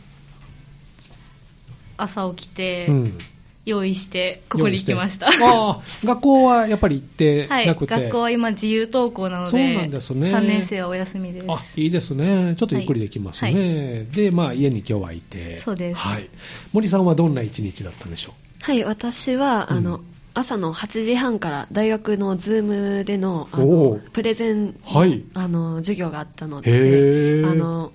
[SPEAKER 4] 朝起きて、
[SPEAKER 1] うん。
[SPEAKER 4] 用意して、ここに来ま した。
[SPEAKER 1] ああ、学校はやっぱり行って
[SPEAKER 4] はい。
[SPEAKER 1] なくて。
[SPEAKER 4] 学校は今自由登校なので、
[SPEAKER 1] そうなんですね
[SPEAKER 4] 3年生はお休みです。
[SPEAKER 1] あ、いいですね。ちょっとゆっくりできますね。で、まあ家に今日は行って。
[SPEAKER 4] そうです
[SPEAKER 1] はい。森さんはどんな一日だったんでしょ
[SPEAKER 6] はい、私は、
[SPEAKER 1] うん
[SPEAKER 6] あの、朝の8時半から大学のズームでのあ
[SPEAKER 1] おう
[SPEAKER 6] のプレゼン
[SPEAKER 1] うはい。
[SPEAKER 6] あの授業があったの
[SPEAKER 1] へ
[SPEAKER 6] で
[SPEAKER 1] ー
[SPEAKER 6] あの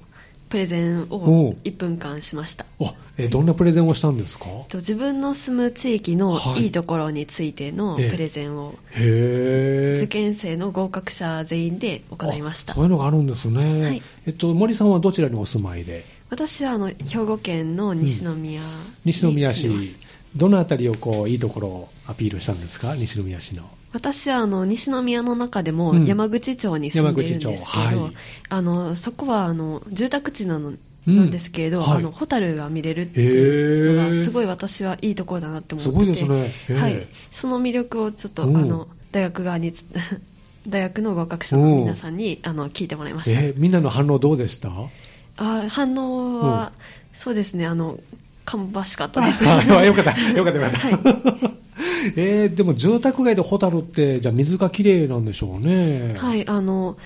[SPEAKER 6] プレゼン
[SPEAKER 1] おう
[SPEAKER 6] を1分間しました
[SPEAKER 1] あ、え、どんなプレゼンをしたんですか
[SPEAKER 6] えっと自分の住む地域の
[SPEAKER 1] はい
[SPEAKER 6] いいところについての
[SPEAKER 1] ええ
[SPEAKER 6] プレゼンを
[SPEAKER 1] へ
[SPEAKER 6] 受
[SPEAKER 1] ー。
[SPEAKER 6] 験生の合格者全員で行いました
[SPEAKER 1] あそういうのがあるんですね。
[SPEAKER 6] はい
[SPEAKER 1] えっと、森さんはどちらにお住まいで
[SPEAKER 6] 私はあの兵庫県の西宮に
[SPEAKER 1] 西宮
[SPEAKER 6] 住んでます
[SPEAKER 1] 市、どのあたりをこう、いいところをアピールしたんですか西宮市の。
[SPEAKER 6] 私はあの西宮の中で
[SPEAKER 1] う
[SPEAKER 6] も
[SPEAKER 1] ん
[SPEAKER 6] 山口町に住んでいるんですけど、
[SPEAKER 1] 山口町はい
[SPEAKER 6] あのそこはあの住宅地なの、
[SPEAKER 1] うん
[SPEAKER 6] なんですけれど、
[SPEAKER 1] はい
[SPEAKER 6] あのホタルが見れるっていうの
[SPEAKER 1] へ
[SPEAKER 6] が
[SPEAKER 1] ー。
[SPEAKER 6] すごい私はいいところだなって思っ
[SPEAKER 1] す
[SPEAKER 6] てて
[SPEAKER 1] ごいですね。へー
[SPEAKER 6] はい、その魅力をちょっとあ
[SPEAKER 1] うん
[SPEAKER 6] の大学側に 大学の合格者の皆さんにあの聞いてもらいました、
[SPEAKER 1] えーみんなの反応どうでした
[SPEAKER 6] あ反応は、そうですねあの芳しかったです
[SPEAKER 1] あよかった、よかった、よかった。 えーでも住宅街でホタルって、じゃあ水がきれいなんでしょうね。。
[SPEAKER 6] はいい、あの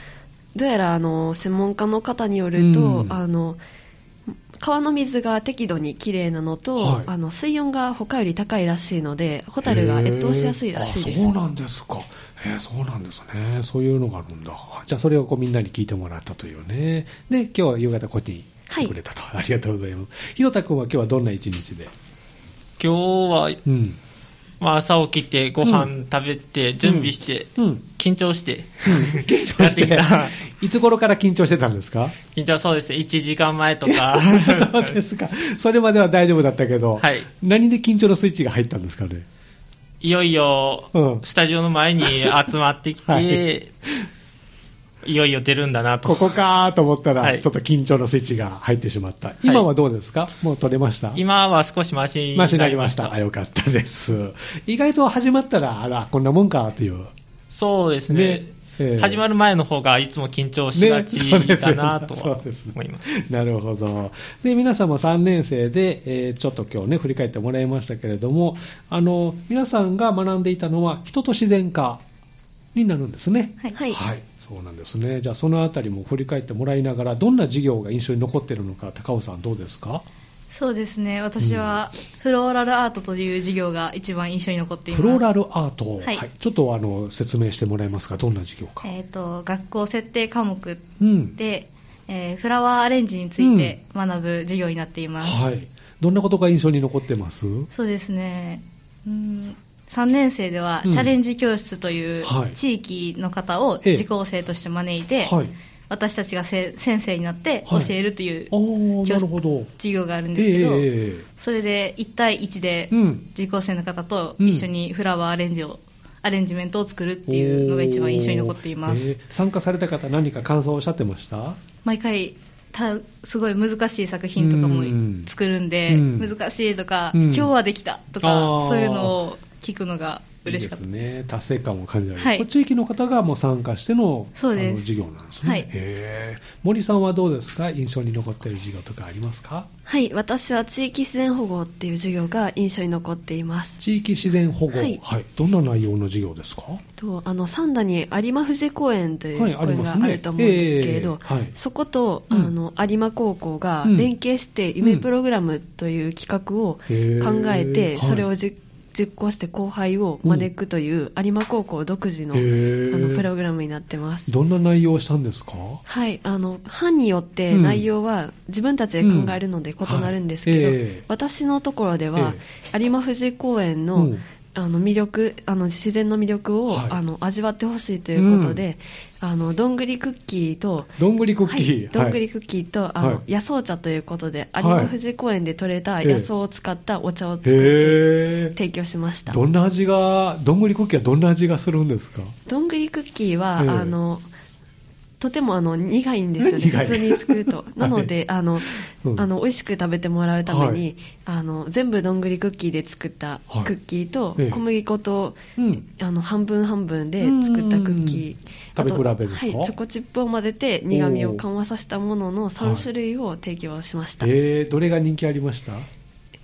[SPEAKER 6] どうやらあの専門家の方によると、
[SPEAKER 1] うん
[SPEAKER 6] あの川の水が適度にきれいなのと、
[SPEAKER 1] はい
[SPEAKER 6] あの水温が他より高いらしいのでホタルが越冬しやすいらしいです、
[SPEAKER 1] あそうなんですか。えーそうなんですね。そういうのがあるんだ。じゃあそれをこうみんなに聞いてもらったというね。で、今日は夕方こっちに来てくれたと。ありがとうございます。ひろたくんは今日はどんな一日で
[SPEAKER 5] 今日は、
[SPEAKER 1] うん。
[SPEAKER 5] まあ、朝起きてご
[SPEAKER 1] う
[SPEAKER 5] 飯食べて、準備して、
[SPEAKER 1] うん。
[SPEAKER 5] 緊張して、
[SPEAKER 1] 緊張し
[SPEAKER 5] やって
[SPEAKER 1] て
[SPEAKER 5] きた、
[SPEAKER 1] いつ頃から緊張してたんですか、
[SPEAKER 5] 緊張はそうですね、1時間前とか
[SPEAKER 1] そうですか。それまでは大丈夫だったけど、
[SPEAKER 5] はい
[SPEAKER 1] 何で緊張のスイッチが入ったんですかね。
[SPEAKER 5] いよいよ
[SPEAKER 1] うん、
[SPEAKER 5] スタジオの前に集まってきて、
[SPEAKER 1] はい
[SPEAKER 5] いよいよ出るんだなと。
[SPEAKER 1] ここかーと思ったら、
[SPEAKER 5] はい
[SPEAKER 1] ちょっと緊張のスイッチが入ってしまった。今はどうですか、もう取れました
[SPEAKER 5] 今は少しマシに
[SPEAKER 1] マシになりました。あ、よかったです。意外と始まったら、あら、こんなもんかという。
[SPEAKER 5] そうですね。
[SPEAKER 1] ねええ
[SPEAKER 5] 始まる前の方がいつも緊張しがち
[SPEAKER 1] ねそうです
[SPEAKER 5] だ
[SPEAKER 1] よ
[SPEAKER 5] なと
[SPEAKER 1] そ
[SPEAKER 5] は
[SPEAKER 1] うですね
[SPEAKER 5] 思います。
[SPEAKER 1] なるほど。で、皆さんも3年生で、えーちょっと今日ね、振り返ってもらいましたけれども、あの、皆さんが学んでいたのは、人と自然科になるんですね。
[SPEAKER 4] はい
[SPEAKER 6] はい。
[SPEAKER 1] はい、そうなんですね。じゃあ、そのあたりも振り返ってもらいながら、どんな授業が印象に残っているのか、高尾さん、どうですか
[SPEAKER 4] そうですね。私は、フローラルアートという授業が一番印象に残っています。
[SPEAKER 1] フローラルアート、
[SPEAKER 4] はい
[SPEAKER 1] ちょっとあの説明してもらえますか、どんな授業か。
[SPEAKER 4] えっ、と、学校設定科目
[SPEAKER 1] うん
[SPEAKER 4] で、えーフラワーアレンジについて学ぶ授業になっています。
[SPEAKER 1] はい、どんなことが印象に残ってます
[SPEAKER 4] そうですね。うん3年生では
[SPEAKER 1] う
[SPEAKER 4] チ
[SPEAKER 1] ん
[SPEAKER 4] ャレンジ教室という
[SPEAKER 1] はい
[SPEAKER 4] 地域の方を
[SPEAKER 1] ええ
[SPEAKER 4] 受講生として招いて、
[SPEAKER 1] はい、
[SPEAKER 4] 私たちがせ先生になって
[SPEAKER 1] は
[SPEAKER 4] 教
[SPEAKER 1] い
[SPEAKER 4] えるという
[SPEAKER 1] あーなるほど。
[SPEAKER 4] 授業があるんですけど、
[SPEAKER 1] ええ
[SPEAKER 4] それで1対1で
[SPEAKER 1] うん
[SPEAKER 4] 受講生の方と一緒にフラワーアレンジを、アレンジメントを作るっていうのが一番印象に残っています、
[SPEAKER 1] おーえー参加された方、何か感想をおっしゃってました
[SPEAKER 4] 毎回たすごい難しい作品とか
[SPEAKER 1] うん
[SPEAKER 4] も作るんで、
[SPEAKER 1] うん
[SPEAKER 4] 難しいとか、
[SPEAKER 1] うん
[SPEAKER 4] 今日はできたと
[SPEAKER 1] あ
[SPEAKER 4] か
[SPEAKER 1] ー
[SPEAKER 4] そういうのを聞くのが嬉しかった
[SPEAKER 1] いいですね、達成感を感じられる、
[SPEAKER 4] はい
[SPEAKER 1] これ地域の方がもう参加しての
[SPEAKER 4] そうです
[SPEAKER 1] あの授業なんですね、
[SPEAKER 4] はい
[SPEAKER 1] へー森さんはどうですか、印象に残っている授業とかありますか
[SPEAKER 6] はい、私は地域自然保護っていう授業が印象に残っています。
[SPEAKER 1] 地域自然保護、は
[SPEAKER 6] はいい
[SPEAKER 1] どんな内容の授業ですか、
[SPEAKER 6] とあの三田に有馬富士公園という
[SPEAKER 1] は
[SPEAKER 6] 公
[SPEAKER 1] いあり
[SPEAKER 6] 園
[SPEAKER 1] ます
[SPEAKER 6] が
[SPEAKER 1] ね
[SPEAKER 6] あると思うんですけれど、
[SPEAKER 1] ええはい
[SPEAKER 6] そこと、
[SPEAKER 1] うん
[SPEAKER 6] あの有馬高校が
[SPEAKER 1] うん
[SPEAKER 6] 連携して夢プログラムという企画を
[SPEAKER 1] へー
[SPEAKER 6] 考え
[SPEAKER 1] は
[SPEAKER 6] て、
[SPEAKER 1] い
[SPEAKER 6] それをじ実行して後輩を招くという有馬高校独自の,、
[SPEAKER 1] へー
[SPEAKER 6] あのプログラムになってます。
[SPEAKER 1] どんな内容をしたんですか
[SPEAKER 6] はい、あの班によって
[SPEAKER 1] うん
[SPEAKER 6] 内容は自分たちで考えるので異なるんですけど、
[SPEAKER 1] うんはいええ
[SPEAKER 6] 私のところでは
[SPEAKER 1] え、
[SPEAKER 6] 有馬富士公園の,、
[SPEAKER 1] うん
[SPEAKER 6] あの魅力あの自然の魅力を、
[SPEAKER 1] はい
[SPEAKER 6] あの味わってほしいということで、あのどんぐりクッキーと
[SPEAKER 1] どんぐりクッキー、
[SPEAKER 6] はい、どんぐりクッキーと、あの
[SPEAKER 1] はい
[SPEAKER 6] 野草茶ということで、
[SPEAKER 1] はい
[SPEAKER 6] 有馬富士公園で採れた
[SPEAKER 1] ええ
[SPEAKER 6] 野草を使ったお茶を作って
[SPEAKER 1] へー
[SPEAKER 6] 提供しました。
[SPEAKER 1] どんな味が、どんぐりクッキーはどんな味がするんですか
[SPEAKER 6] どんぐりクッキーは、
[SPEAKER 1] ええ
[SPEAKER 6] あのとてもあの苦いんですよね、
[SPEAKER 1] 苦い
[SPEAKER 6] 普通に作る
[SPEAKER 1] は
[SPEAKER 6] と
[SPEAKER 1] い。
[SPEAKER 6] なので、あの
[SPEAKER 1] うん
[SPEAKER 6] あの美味しく食べてもらうために、
[SPEAKER 1] はい
[SPEAKER 6] あの全部どんぐりクッキーで作った
[SPEAKER 1] はい
[SPEAKER 6] クッキーと、
[SPEAKER 1] ええ
[SPEAKER 6] 小麦粉と、
[SPEAKER 1] うん
[SPEAKER 6] あの半分半分で作ったクッキー。
[SPEAKER 1] うん
[SPEAKER 6] あと
[SPEAKER 1] 食べ比べですか
[SPEAKER 6] はい、チョコチップを混ぜて苦味を緩和させたものの3種類を提供しました、
[SPEAKER 1] えー、どれが人気ありました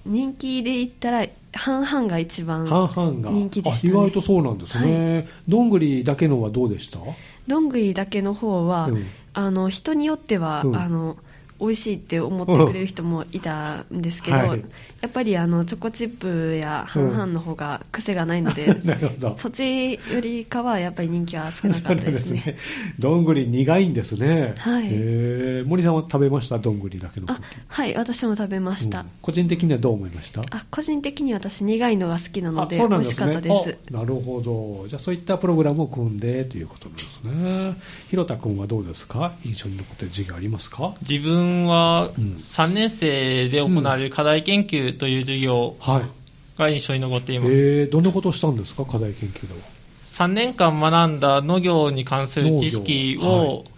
[SPEAKER 6] 人気で言ったら半々が一番
[SPEAKER 1] 半々が。
[SPEAKER 6] 人気でした、
[SPEAKER 1] あ
[SPEAKER 6] ね、
[SPEAKER 1] 意外とそうなんですね、どんぐりだけのはどうでした
[SPEAKER 6] どんぐりだけの方は、
[SPEAKER 1] うん
[SPEAKER 6] あの人によっては、
[SPEAKER 1] うん
[SPEAKER 6] あの美味しいって思ってくれる人もいたんですけど、
[SPEAKER 1] うんはい
[SPEAKER 6] やっぱりあのチョコチップや半々の方が癖がないので、
[SPEAKER 1] なるほど。
[SPEAKER 6] そっちよりかはやっぱり人気は少 な
[SPEAKER 1] そ
[SPEAKER 6] か
[SPEAKER 1] う
[SPEAKER 6] っ
[SPEAKER 1] な
[SPEAKER 6] た
[SPEAKER 1] ん
[SPEAKER 6] で
[SPEAKER 1] ですす
[SPEAKER 6] ね。
[SPEAKER 1] ね。どんぐり苦いんですね。
[SPEAKER 6] はい
[SPEAKER 1] えー、森さんは食べましたどんぐりだけのクッ
[SPEAKER 6] あ
[SPEAKER 1] キー。
[SPEAKER 6] はい私も食べました、
[SPEAKER 1] うん個人的にはどう思いました
[SPEAKER 6] あ個人的に私苦いのが好きなので
[SPEAKER 1] あそう
[SPEAKER 6] 美
[SPEAKER 1] なん
[SPEAKER 6] 味しかったです
[SPEAKER 1] あなるほど。じゃあそういったプログラムを組んでということなんですね。広田君はどうですか印象に残ってる授業ありますか
[SPEAKER 5] 自分は
[SPEAKER 1] うん
[SPEAKER 5] 3年生で行われる課題研究という授業
[SPEAKER 1] はい。
[SPEAKER 5] が印象に残って
[SPEAKER 1] え
[SPEAKER 5] います。
[SPEAKER 1] ー、どんなことをしたんですか課題研究では。
[SPEAKER 5] 3年間学んだ農業に関する知識
[SPEAKER 1] 農業は
[SPEAKER 5] を
[SPEAKER 1] い、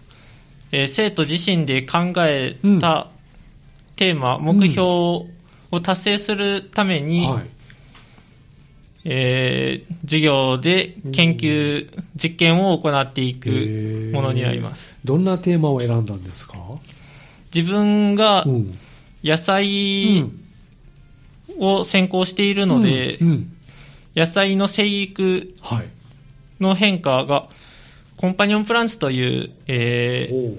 [SPEAKER 5] えー生徒自身で考え
[SPEAKER 1] うん
[SPEAKER 5] たテーマ、目標を達成するために、
[SPEAKER 1] はい。
[SPEAKER 5] えー授業で研究、実験を行ってい
[SPEAKER 1] え
[SPEAKER 5] く
[SPEAKER 1] ー
[SPEAKER 5] ものになります。。
[SPEAKER 1] どんなテーマを選んだんですか
[SPEAKER 5] 自分が
[SPEAKER 1] うん
[SPEAKER 5] 野菜を専攻しているので、
[SPEAKER 1] うんうん
[SPEAKER 5] 野菜の生育
[SPEAKER 1] はい。
[SPEAKER 5] の変化が、コンパニオンプランツという、えー
[SPEAKER 1] おう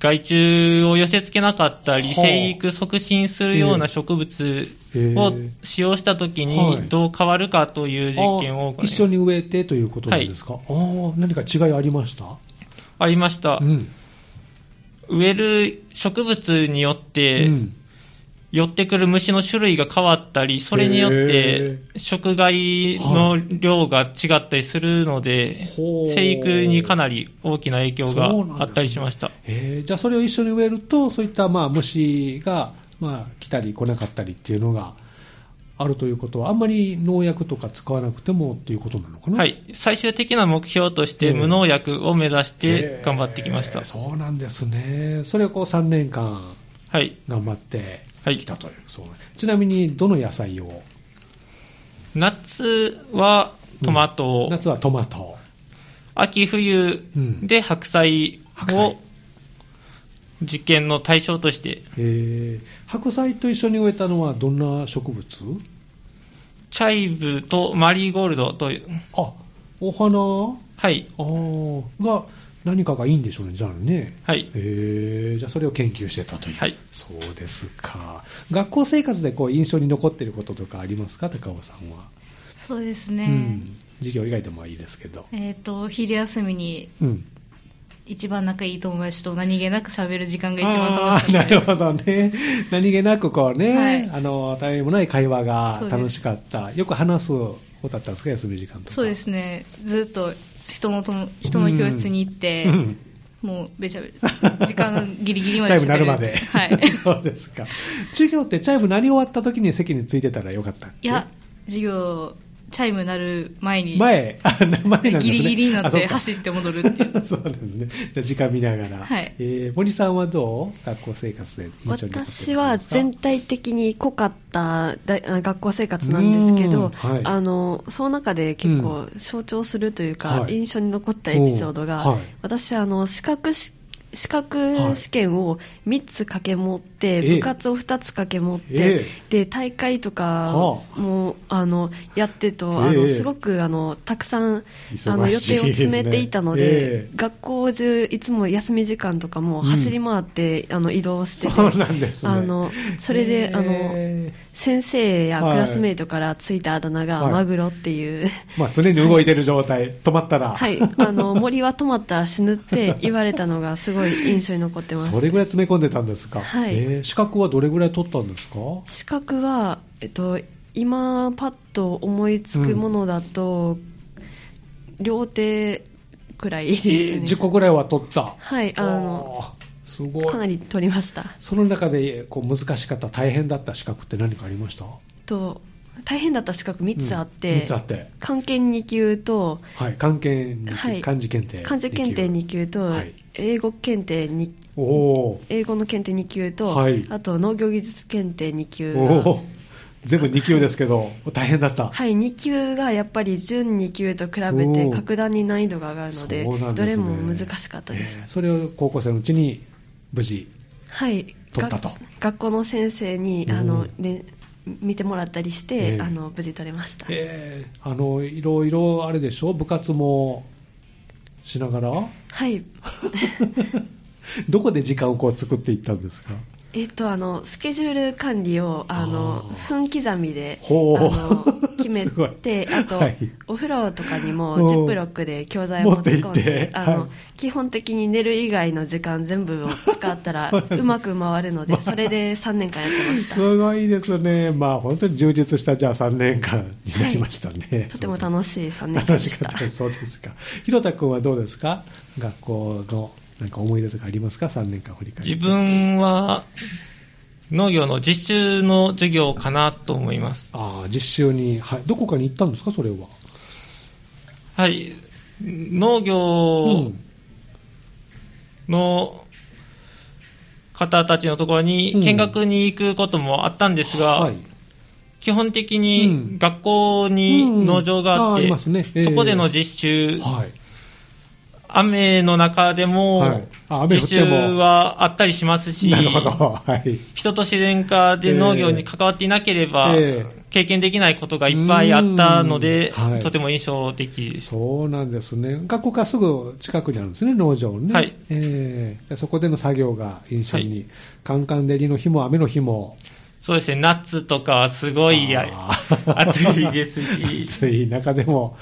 [SPEAKER 5] 害虫を寄せ付けなかった
[SPEAKER 1] はあ
[SPEAKER 5] り、生育促進するような植物を
[SPEAKER 1] ええ
[SPEAKER 5] 使用したとき
[SPEAKER 1] はい
[SPEAKER 5] にどう変わるかという実験を行い
[SPEAKER 1] あ一緒に植えてということなんですか、あー何か違いありました
[SPEAKER 5] ありました
[SPEAKER 1] う。ん
[SPEAKER 5] 植える植物によって、
[SPEAKER 1] うん
[SPEAKER 5] 寄ってくる虫の種類が変わったり、それによって
[SPEAKER 1] へ
[SPEAKER 5] 食害の量が違ったりするので、
[SPEAKER 1] ほう
[SPEAKER 5] 生育にかなり大きな影響が
[SPEAKER 1] そうなんですね
[SPEAKER 5] あったりしました。
[SPEAKER 1] えーじゃあそれを一緒に植えるとそういったまあ虫がまあ来たり来なかったりっていうのがあるということは、あんまり農薬とか使わなくてもということなのかな。
[SPEAKER 5] はい、最終的な目標として
[SPEAKER 1] うん
[SPEAKER 5] 無農薬を目指し
[SPEAKER 1] へ
[SPEAKER 5] て
[SPEAKER 1] ー
[SPEAKER 5] 頑張ってきました。
[SPEAKER 1] そうなんですね。それをこう3年間
[SPEAKER 5] はい、
[SPEAKER 1] 頑張って
[SPEAKER 5] はい
[SPEAKER 1] きたという。そうちなみに、どの野菜を
[SPEAKER 5] 夏はトマト、
[SPEAKER 1] 夏はトマト。
[SPEAKER 5] 秋冬
[SPEAKER 1] うん
[SPEAKER 5] で白菜
[SPEAKER 1] 白菜
[SPEAKER 5] を実験の対象として、
[SPEAKER 1] えー白菜と一緒に植えたのはどんな植物
[SPEAKER 5] チャイブとマリーゴールドという、
[SPEAKER 1] あ、お花
[SPEAKER 5] はい、
[SPEAKER 1] あーが何かがいいんでしょうね、じゃあね。
[SPEAKER 5] はい、
[SPEAKER 1] えー、じゃあそれを研究してたという。
[SPEAKER 5] はい
[SPEAKER 1] そうですか。学校生活でこう印象に残っていることとかありますか、高尾さんは。
[SPEAKER 4] そうです
[SPEAKER 1] う
[SPEAKER 4] ね
[SPEAKER 1] ん。。授業以外でもいいですけど。
[SPEAKER 4] えっ、と、昼休みに
[SPEAKER 1] うん。
[SPEAKER 4] 一番仲いい友達と何気なく喋る時間が一番
[SPEAKER 1] あ
[SPEAKER 4] 楽
[SPEAKER 1] あー、
[SPEAKER 4] しか
[SPEAKER 1] な
[SPEAKER 4] ったで
[SPEAKER 1] る
[SPEAKER 4] す。
[SPEAKER 1] ほどね。何気なくこうね、
[SPEAKER 4] はい
[SPEAKER 1] あの、大変もない会話が
[SPEAKER 4] そうです
[SPEAKER 1] 楽しかった。よく話すことだったんですか、休み時間とか。
[SPEAKER 4] そうですね。ずっと人の友人の教室に行って、
[SPEAKER 1] うん
[SPEAKER 4] もうべちゃべちゃ。時間ギリギリ ま
[SPEAKER 1] チ
[SPEAKER 4] で
[SPEAKER 1] ャイ
[SPEAKER 4] 喋
[SPEAKER 1] ム鳴る
[SPEAKER 4] る
[SPEAKER 1] まで。
[SPEAKER 4] は い。
[SPEAKER 1] そうですか。授業ってチャイム鳴り終わった時に席についてたらよかったっけ
[SPEAKER 4] いや、授業、チャイム鳴る前に、
[SPEAKER 1] 前、あ前なんですね。
[SPEAKER 4] ギリギリにな
[SPEAKER 1] あ
[SPEAKER 4] っ
[SPEAKER 1] そ
[SPEAKER 4] て
[SPEAKER 1] か
[SPEAKER 4] 走って戻るってい う。
[SPEAKER 1] そうなんですね。じゃあ時間見ながら。
[SPEAKER 4] はい
[SPEAKER 1] えー森さんはどう学校生活で印象に残ってることですか
[SPEAKER 6] 私は全体的に濃かった大あ学校生活なんですけ
[SPEAKER 1] うん
[SPEAKER 6] ど、
[SPEAKER 1] はい
[SPEAKER 6] あのその中で結構象徴するというか、
[SPEAKER 1] はい
[SPEAKER 6] 印象に残ったエピソードが、
[SPEAKER 1] おーはい
[SPEAKER 6] 私あの資格し資格試験を3つ掛け持って、
[SPEAKER 1] ええ
[SPEAKER 6] 部活を2つ掛け持って、
[SPEAKER 1] え
[SPEAKER 6] で大会とか
[SPEAKER 1] はあ
[SPEAKER 6] も、あ、のやってと、あ
[SPEAKER 1] え
[SPEAKER 6] の
[SPEAKER 1] え
[SPEAKER 6] すごくあのたくさん
[SPEAKER 1] 忙しい
[SPEAKER 6] あの予定を詰めていたの
[SPEAKER 1] です ねえ
[SPEAKER 6] で
[SPEAKER 1] え
[SPEAKER 6] 学校中いつも休み時間とかも走り回って、あの移動してて
[SPEAKER 1] そうなんですね。
[SPEAKER 6] あのそれで、あの
[SPEAKER 1] えー
[SPEAKER 6] 先生やク
[SPEAKER 1] はい
[SPEAKER 6] ラスメイトからついたあだ名が、
[SPEAKER 1] はい
[SPEAKER 6] マグロっていう、
[SPEAKER 1] まあ常に動いてる状態、止まったら。
[SPEAKER 6] はい、あの森は止まったら死ぬって言われたのがすごい印象に残ってます
[SPEAKER 1] それぐらい詰め込んでたんですか。
[SPEAKER 6] はい
[SPEAKER 1] えー資格はどれぐらい取ったんですか
[SPEAKER 6] 資格は、えっと、今パッと思いつくものだと、両手くらいですね、
[SPEAKER 1] えー10個ぐらいは取った。
[SPEAKER 6] はいあの
[SPEAKER 1] あーすごい。
[SPEAKER 6] かなり取りました
[SPEAKER 1] その中でこう難しかった、大変だった資格って何かありました
[SPEAKER 6] と大変だった資格3つあって、
[SPEAKER 1] うん三つあって。
[SPEAKER 6] 漢検2級と
[SPEAKER 1] はい、漢検二級、
[SPEAKER 6] はい
[SPEAKER 1] 漢字検定。
[SPEAKER 6] 漢字検定2級と、
[SPEAKER 1] はい
[SPEAKER 6] 英語検定2
[SPEAKER 1] おお
[SPEAKER 6] 英語の検定2級と、
[SPEAKER 1] はい
[SPEAKER 6] あと農業技術検定2
[SPEAKER 1] ー
[SPEAKER 6] 級が
[SPEAKER 1] おー全部2級ですけど、大変だった。
[SPEAKER 6] はい、2級がやっぱり準2級と比べ
[SPEAKER 1] お
[SPEAKER 6] て
[SPEAKER 1] ー
[SPEAKER 6] 格段に難易度が上がるので
[SPEAKER 1] そうなんですね
[SPEAKER 6] どれも難しかったです、
[SPEAKER 1] えーそれを高校生のうちに無事。
[SPEAKER 6] はい
[SPEAKER 1] 取ったと
[SPEAKER 6] が学校の先生にあ
[SPEAKER 1] お
[SPEAKER 6] の
[SPEAKER 1] ー、
[SPEAKER 6] ね、見てもらったりして、
[SPEAKER 1] ええ
[SPEAKER 6] あの無事取れました、
[SPEAKER 1] えーあの、いろいろあれでしょ部活もしながら
[SPEAKER 6] はい
[SPEAKER 1] どこで時間をこう作っていったんですか
[SPEAKER 6] えっとあのスケジュール管理をあの
[SPEAKER 1] あー
[SPEAKER 6] 分刻みであ
[SPEAKER 1] ほう
[SPEAKER 6] の決め
[SPEAKER 1] すごい
[SPEAKER 6] てあと、
[SPEAKER 1] はい
[SPEAKER 6] お風呂とかに
[SPEAKER 1] うん
[SPEAKER 6] もジップロックで教材を持ち込ん
[SPEAKER 1] 持っていっ
[SPEAKER 6] で
[SPEAKER 1] て
[SPEAKER 6] あの、
[SPEAKER 1] はい
[SPEAKER 6] 基本的に寝る以外の時間全部を使った ら
[SPEAKER 1] そうなんだ
[SPEAKER 6] うまく回るのでそれで3年間やって ました。
[SPEAKER 1] すごいですね。まあ本当に充実したじゃあ3年間になりましたね。
[SPEAKER 6] とても楽しい3年間
[SPEAKER 1] 楽
[SPEAKER 6] で
[SPEAKER 1] し
[SPEAKER 6] し
[SPEAKER 1] か
[SPEAKER 6] た
[SPEAKER 1] ったです。そうですか。ひろたくんはどうですか学校のなんか思い出とかありますか ?3 年間振り返って。
[SPEAKER 5] 自分は農業の実習の授業かなと思います。
[SPEAKER 1] ああ、実習に、はい。どこかに行ったんですかそれは。
[SPEAKER 5] はい、農業
[SPEAKER 1] ん
[SPEAKER 5] の方たちのところに見学に行くこともあったんですが、
[SPEAKER 1] はい。
[SPEAKER 5] 基本的
[SPEAKER 1] うん
[SPEAKER 5] に学校に農場があっ
[SPEAKER 1] うんああり
[SPEAKER 5] て、
[SPEAKER 1] ますねええ
[SPEAKER 5] そこでの実習、
[SPEAKER 1] はい。
[SPEAKER 5] 雨の中でも、
[SPEAKER 1] はいあ雨降って
[SPEAKER 5] 実
[SPEAKER 1] も
[SPEAKER 5] 習はあったりしますし、
[SPEAKER 1] なるほど。はい。
[SPEAKER 5] 人と自然化で農業に関わっていなければ、
[SPEAKER 1] ええ
[SPEAKER 5] 経験できないことがいっぱいあったので、
[SPEAKER 1] うんはい
[SPEAKER 5] とても印象的です。
[SPEAKER 1] そうなんですね。学校からすぐ近くにあるんですね、農場ね。
[SPEAKER 5] はい
[SPEAKER 1] ええでそこでの作業が印象に。カンカン照りの日も雨の日も。
[SPEAKER 5] そうですね、ナッツとかはすごい
[SPEAKER 1] あ
[SPEAKER 5] あ
[SPEAKER 1] ー
[SPEAKER 5] 暑いです し、
[SPEAKER 1] 暑い中でも、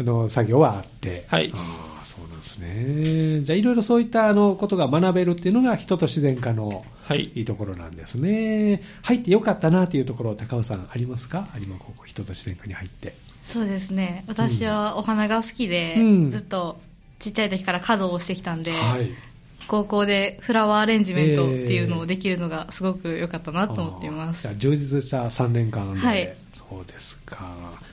[SPEAKER 1] あの、作業はあって。
[SPEAKER 5] はい
[SPEAKER 1] ああ、そうなんですね。じゃあ、いろいろそういった、あの、ことが学べるっていうのが、人と自然科の
[SPEAKER 5] はい
[SPEAKER 1] いいところなんですね。入ってよかったなっていうところ、高尾さんありますか有馬高校、人と自然科に入って。
[SPEAKER 4] そうですね。私はお花が好きで、
[SPEAKER 1] うん
[SPEAKER 4] ずっとちっちゃい時から華道をしてきたんで、
[SPEAKER 1] はい。
[SPEAKER 4] 高校でフラワーアレンジメントっていうのをできるのがすごく良かったなと思っています、
[SPEAKER 1] あーじゃあ充実した3年間で、
[SPEAKER 4] はい
[SPEAKER 1] そうですか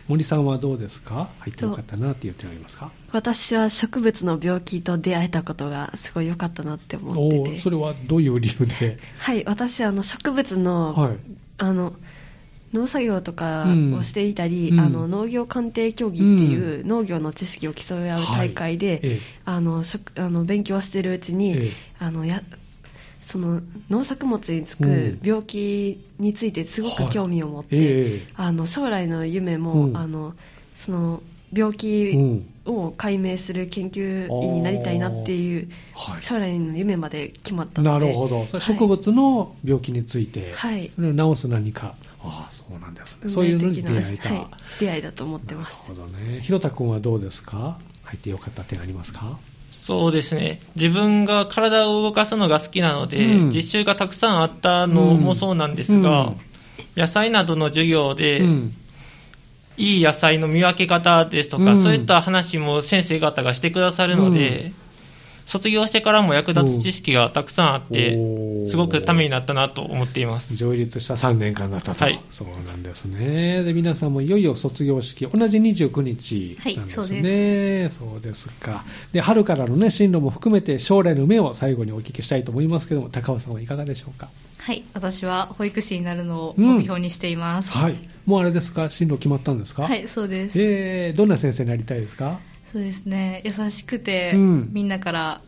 [SPEAKER 1] 森さんはどうですか入ってよかったなっていう点ありますか
[SPEAKER 6] 私は植物の病気と出会えたことがすごい良かったなって思
[SPEAKER 1] お
[SPEAKER 6] って
[SPEAKER 1] ー
[SPEAKER 6] て
[SPEAKER 1] それはどういう理由で、
[SPEAKER 6] はい私あの植物の,、
[SPEAKER 1] はい
[SPEAKER 6] あの農作業とか
[SPEAKER 1] うん
[SPEAKER 6] をしていたり、
[SPEAKER 1] うん
[SPEAKER 6] あの農業鑑定競技っていう農業の知識を競い合う大会で、
[SPEAKER 1] はいええ
[SPEAKER 6] あの食あの勉強してるうちに、
[SPEAKER 1] ええ
[SPEAKER 6] あのやその農作物につ
[SPEAKER 1] う
[SPEAKER 6] く
[SPEAKER 1] ん
[SPEAKER 6] 病気についてすご
[SPEAKER 1] はい
[SPEAKER 6] く興味を持って、
[SPEAKER 1] ええ
[SPEAKER 6] あの将来の夢も、
[SPEAKER 1] うん
[SPEAKER 6] あのその病気
[SPEAKER 1] うん
[SPEAKER 6] を解明する研究員になりたいなっていう、
[SPEAKER 1] はい
[SPEAKER 6] 将来の夢まで決まったの
[SPEAKER 1] な
[SPEAKER 6] で
[SPEAKER 1] るほど、それ
[SPEAKER 6] はい
[SPEAKER 1] 植物の病気について、
[SPEAKER 6] はい
[SPEAKER 1] それを治す何か、ああ、そうなんですね、そういうのに出会えた、
[SPEAKER 6] はい出会いだと思って
[SPEAKER 1] なる
[SPEAKER 6] ます
[SPEAKER 1] ほどね、ひろたくんはどうですか、入ってよかった点ありますか、
[SPEAKER 5] そうですね。自分が体を動かすのが好きなので、
[SPEAKER 1] うん
[SPEAKER 5] 実習がたくさんあったのもそうなんですが、
[SPEAKER 1] うん
[SPEAKER 5] 野菜などの授業で、
[SPEAKER 1] うん、
[SPEAKER 5] いい野菜の見分け方ですとか、
[SPEAKER 1] うん
[SPEAKER 5] そういった話も先生方がしてくださるので、
[SPEAKER 1] うん
[SPEAKER 5] 卒業してからも役立つ知識がたくさんあって、
[SPEAKER 1] おー
[SPEAKER 5] すごくためになったなと思っています。
[SPEAKER 1] 上立した3年間だったと、
[SPEAKER 5] はい
[SPEAKER 1] そうなんですねで皆さんもいよいよ卒業式同じ29日
[SPEAKER 4] はい
[SPEAKER 1] なんですね、そうですかで春からの、ね、進路も含めて将来の夢を最後にお聞きしたいと思いますけども高尾さんはいかがでしょうか
[SPEAKER 4] はい私は保育士になるのを目標にしています、
[SPEAKER 1] はいもうあれですか進路決まったんですか
[SPEAKER 4] はいそうです
[SPEAKER 1] えー、どんな先生になりたいですか
[SPEAKER 4] そうですね優しくて、
[SPEAKER 1] うん
[SPEAKER 4] みんなから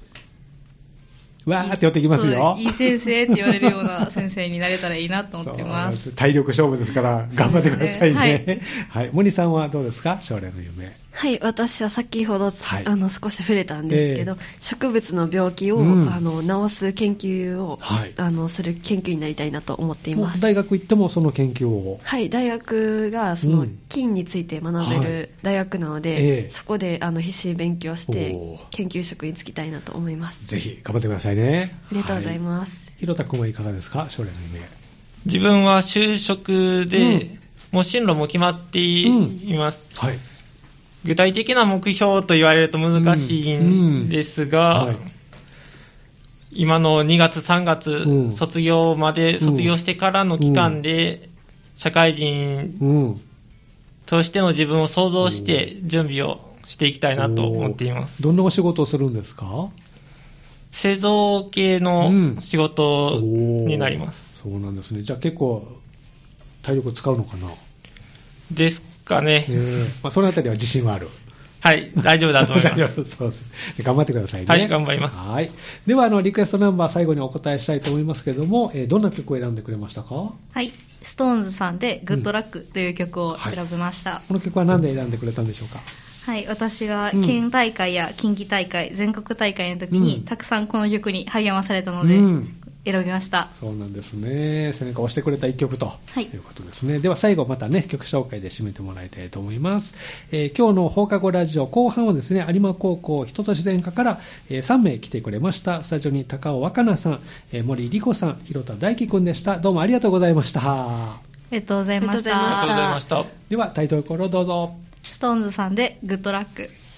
[SPEAKER 1] わーって寄ってきますよ
[SPEAKER 4] そういい先生って言われるような先生になれたらいいなと思ってます
[SPEAKER 1] そう体力勝負ですから頑張ってくださいね
[SPEAKER 4] そうですね
[SPEAKER 1] はい、森さんはどうですか将来の夢
[SPEAKER 6] はい、私は先ほど、
[SPEAKER 1] はい
[SPEAKER 6] あの少し触れたんですけど、
[SPEAKER 1] ええ
[SPEAKER 6] 植物の病気を、
[SPEAKER 1] うん
[SPEAKER 6] あの治す研究を、
[SPEAKER 1] はい
[SPEAKER 6] あのする研究員になりたいなと思ってい
[SPEAKER 1] も
[SPEAKER 6] ま
[SPEAKER 1] う
[SPEAKER 6] す。
[SPEAKER 1] 大学行ってもその研究を
[SPEAKER 6] はい、大学がそうの
[SPEAKER 1] ん
[SPEAKER 6] 菌について学べ
[SPEAKER 1] はい
[SPEAKER 6] る大学なので、
[SPEAKER 1] ええ
[SPEAKER 6] そこであの必死に勉強して
[SPEAKER 1] おー
[SPEAKER 6] 研究職に就きたいなと思います。
[SPEAKER 1] ぜひ頑張ってくださいね。
[SPEAKER 6] ありがとうござい
[SPEAKER 1] は
[SPEAKER 6] ます。
[SPEAKER 1] い。ひろたくんはいかがですか将来の夢。
[SPEAKER 5] 自分は就職で、
[SPEAKER 1] うん
[SPEAKER 5] もう進路も決まってい
[SPEAKER 1] うん
[SPEAKER 5] ます。
[SPEAKER 1] はい。
[SPEAKER 5] 具体的な目標と言われると難しいんですが、
[SPEAKER 1] うんうんはい
[SPEAKER 5] 今の2月、3月、
[SPEAKER 1] うん
[SPEAKER 5] 卒業まで、卒業してからの期間で、社会人
[SPEAKER 1] うん。
[SPEAKER 5] としての自分を想像して、準備をしていきたいなと思っています。
[SPEAKER 1] どんなお仕事をするんですか
[SPEAKER 5] 製造系
[SPEAKER 1] うん
[SPEAKER 5] の仕事になります。。
[SPEAKER 1] おーそうなんですね。じゃあ結構、体力使うのか な、
[SPEAKER 5] ですかね。
[SPEAKER 1] えーまあ、そのあたりは自信はある。
[SPEAKER 5] はい、大丈夫だと思い
[SPEAKER 1] 大
[SPEAKER 5] ま
[SPEAKER 1] 丈夫
[SPEAKER 5] す。
[SPEAKER 1] そうです。で頑張ってくださいね。
[SPEAKER 5] はい頑張ります
[SPEAKER 1] はい。では、あの、リクエストナンバー最後にお答えしたいと思いますけども、えーどんな曲を選んでくれましたかこ
[SPEAKER 4] はいストーンズさんで「グッドラックという曲を選びました、
[SPEAKER 1] の曲は何で選んでくれたんでしょうか
[SPEAKER 4] はい、私が
[SPEAKER 1] うん
[SPEAKER 4] 県大会や近畿大会、全国大会の時
[SPEAKER 1] う
[SPEAKER 4] に、
[SPEAKER 1] ん
[SPEAKER 4] たくさんこの曲に励まされたので、
[SPEAKER 1] うん
[SPEAKER 4] 選びました。
[SPEAKER 1] そうなんですね。背中を押してくれた一曲と、
[SPEAKER 4] はい
[SPEAKER 1] いうことですね。では最後またね、曲紹介で締めてもらいたいと思います。えー今日の放課後ラジオ後半はですね、有馬高校人と自然科から、え3名来てくれました。スタジオに高尾若菜さん、えー森莉子さん、広田大輝くんでした。どうもありがとうございました。
[SPEAKER 4] ありがとうございまし
[SPEAKER 6] あ
[SPEAKER 5] あ
[SPEAKER 6] り
[SPEAKER 5] り
[SPEAKER 6] が
[SPEAKER 5] が
[SPEAKER 6] と
[SPEAKER 5] と
[SPEAKER 6] う
[SPEAKER 5] う
[SPEAKER 4] た。
[SPEAKER 6] ご
[SPEAKER 5] ご
[SPEAKER 6] ざ
[SPEAKER 5] ざ
[SPEAKER 6] い
[SPEAKER 5] い
[SPEAKER 6] ま
[SPEAKER 5] ま
[SPEAKER 6] し
[SPEAKER 5] した。
[SPEAKER 4] ストーンズさんで、グッドラッ
[SPEAKER 1] ではタイトルコ
[SPEAKER 4] ク。
[SPEAKER 1] ールどうぞ。
[SPEAKER 4] ストーンズさんで、グッドラック。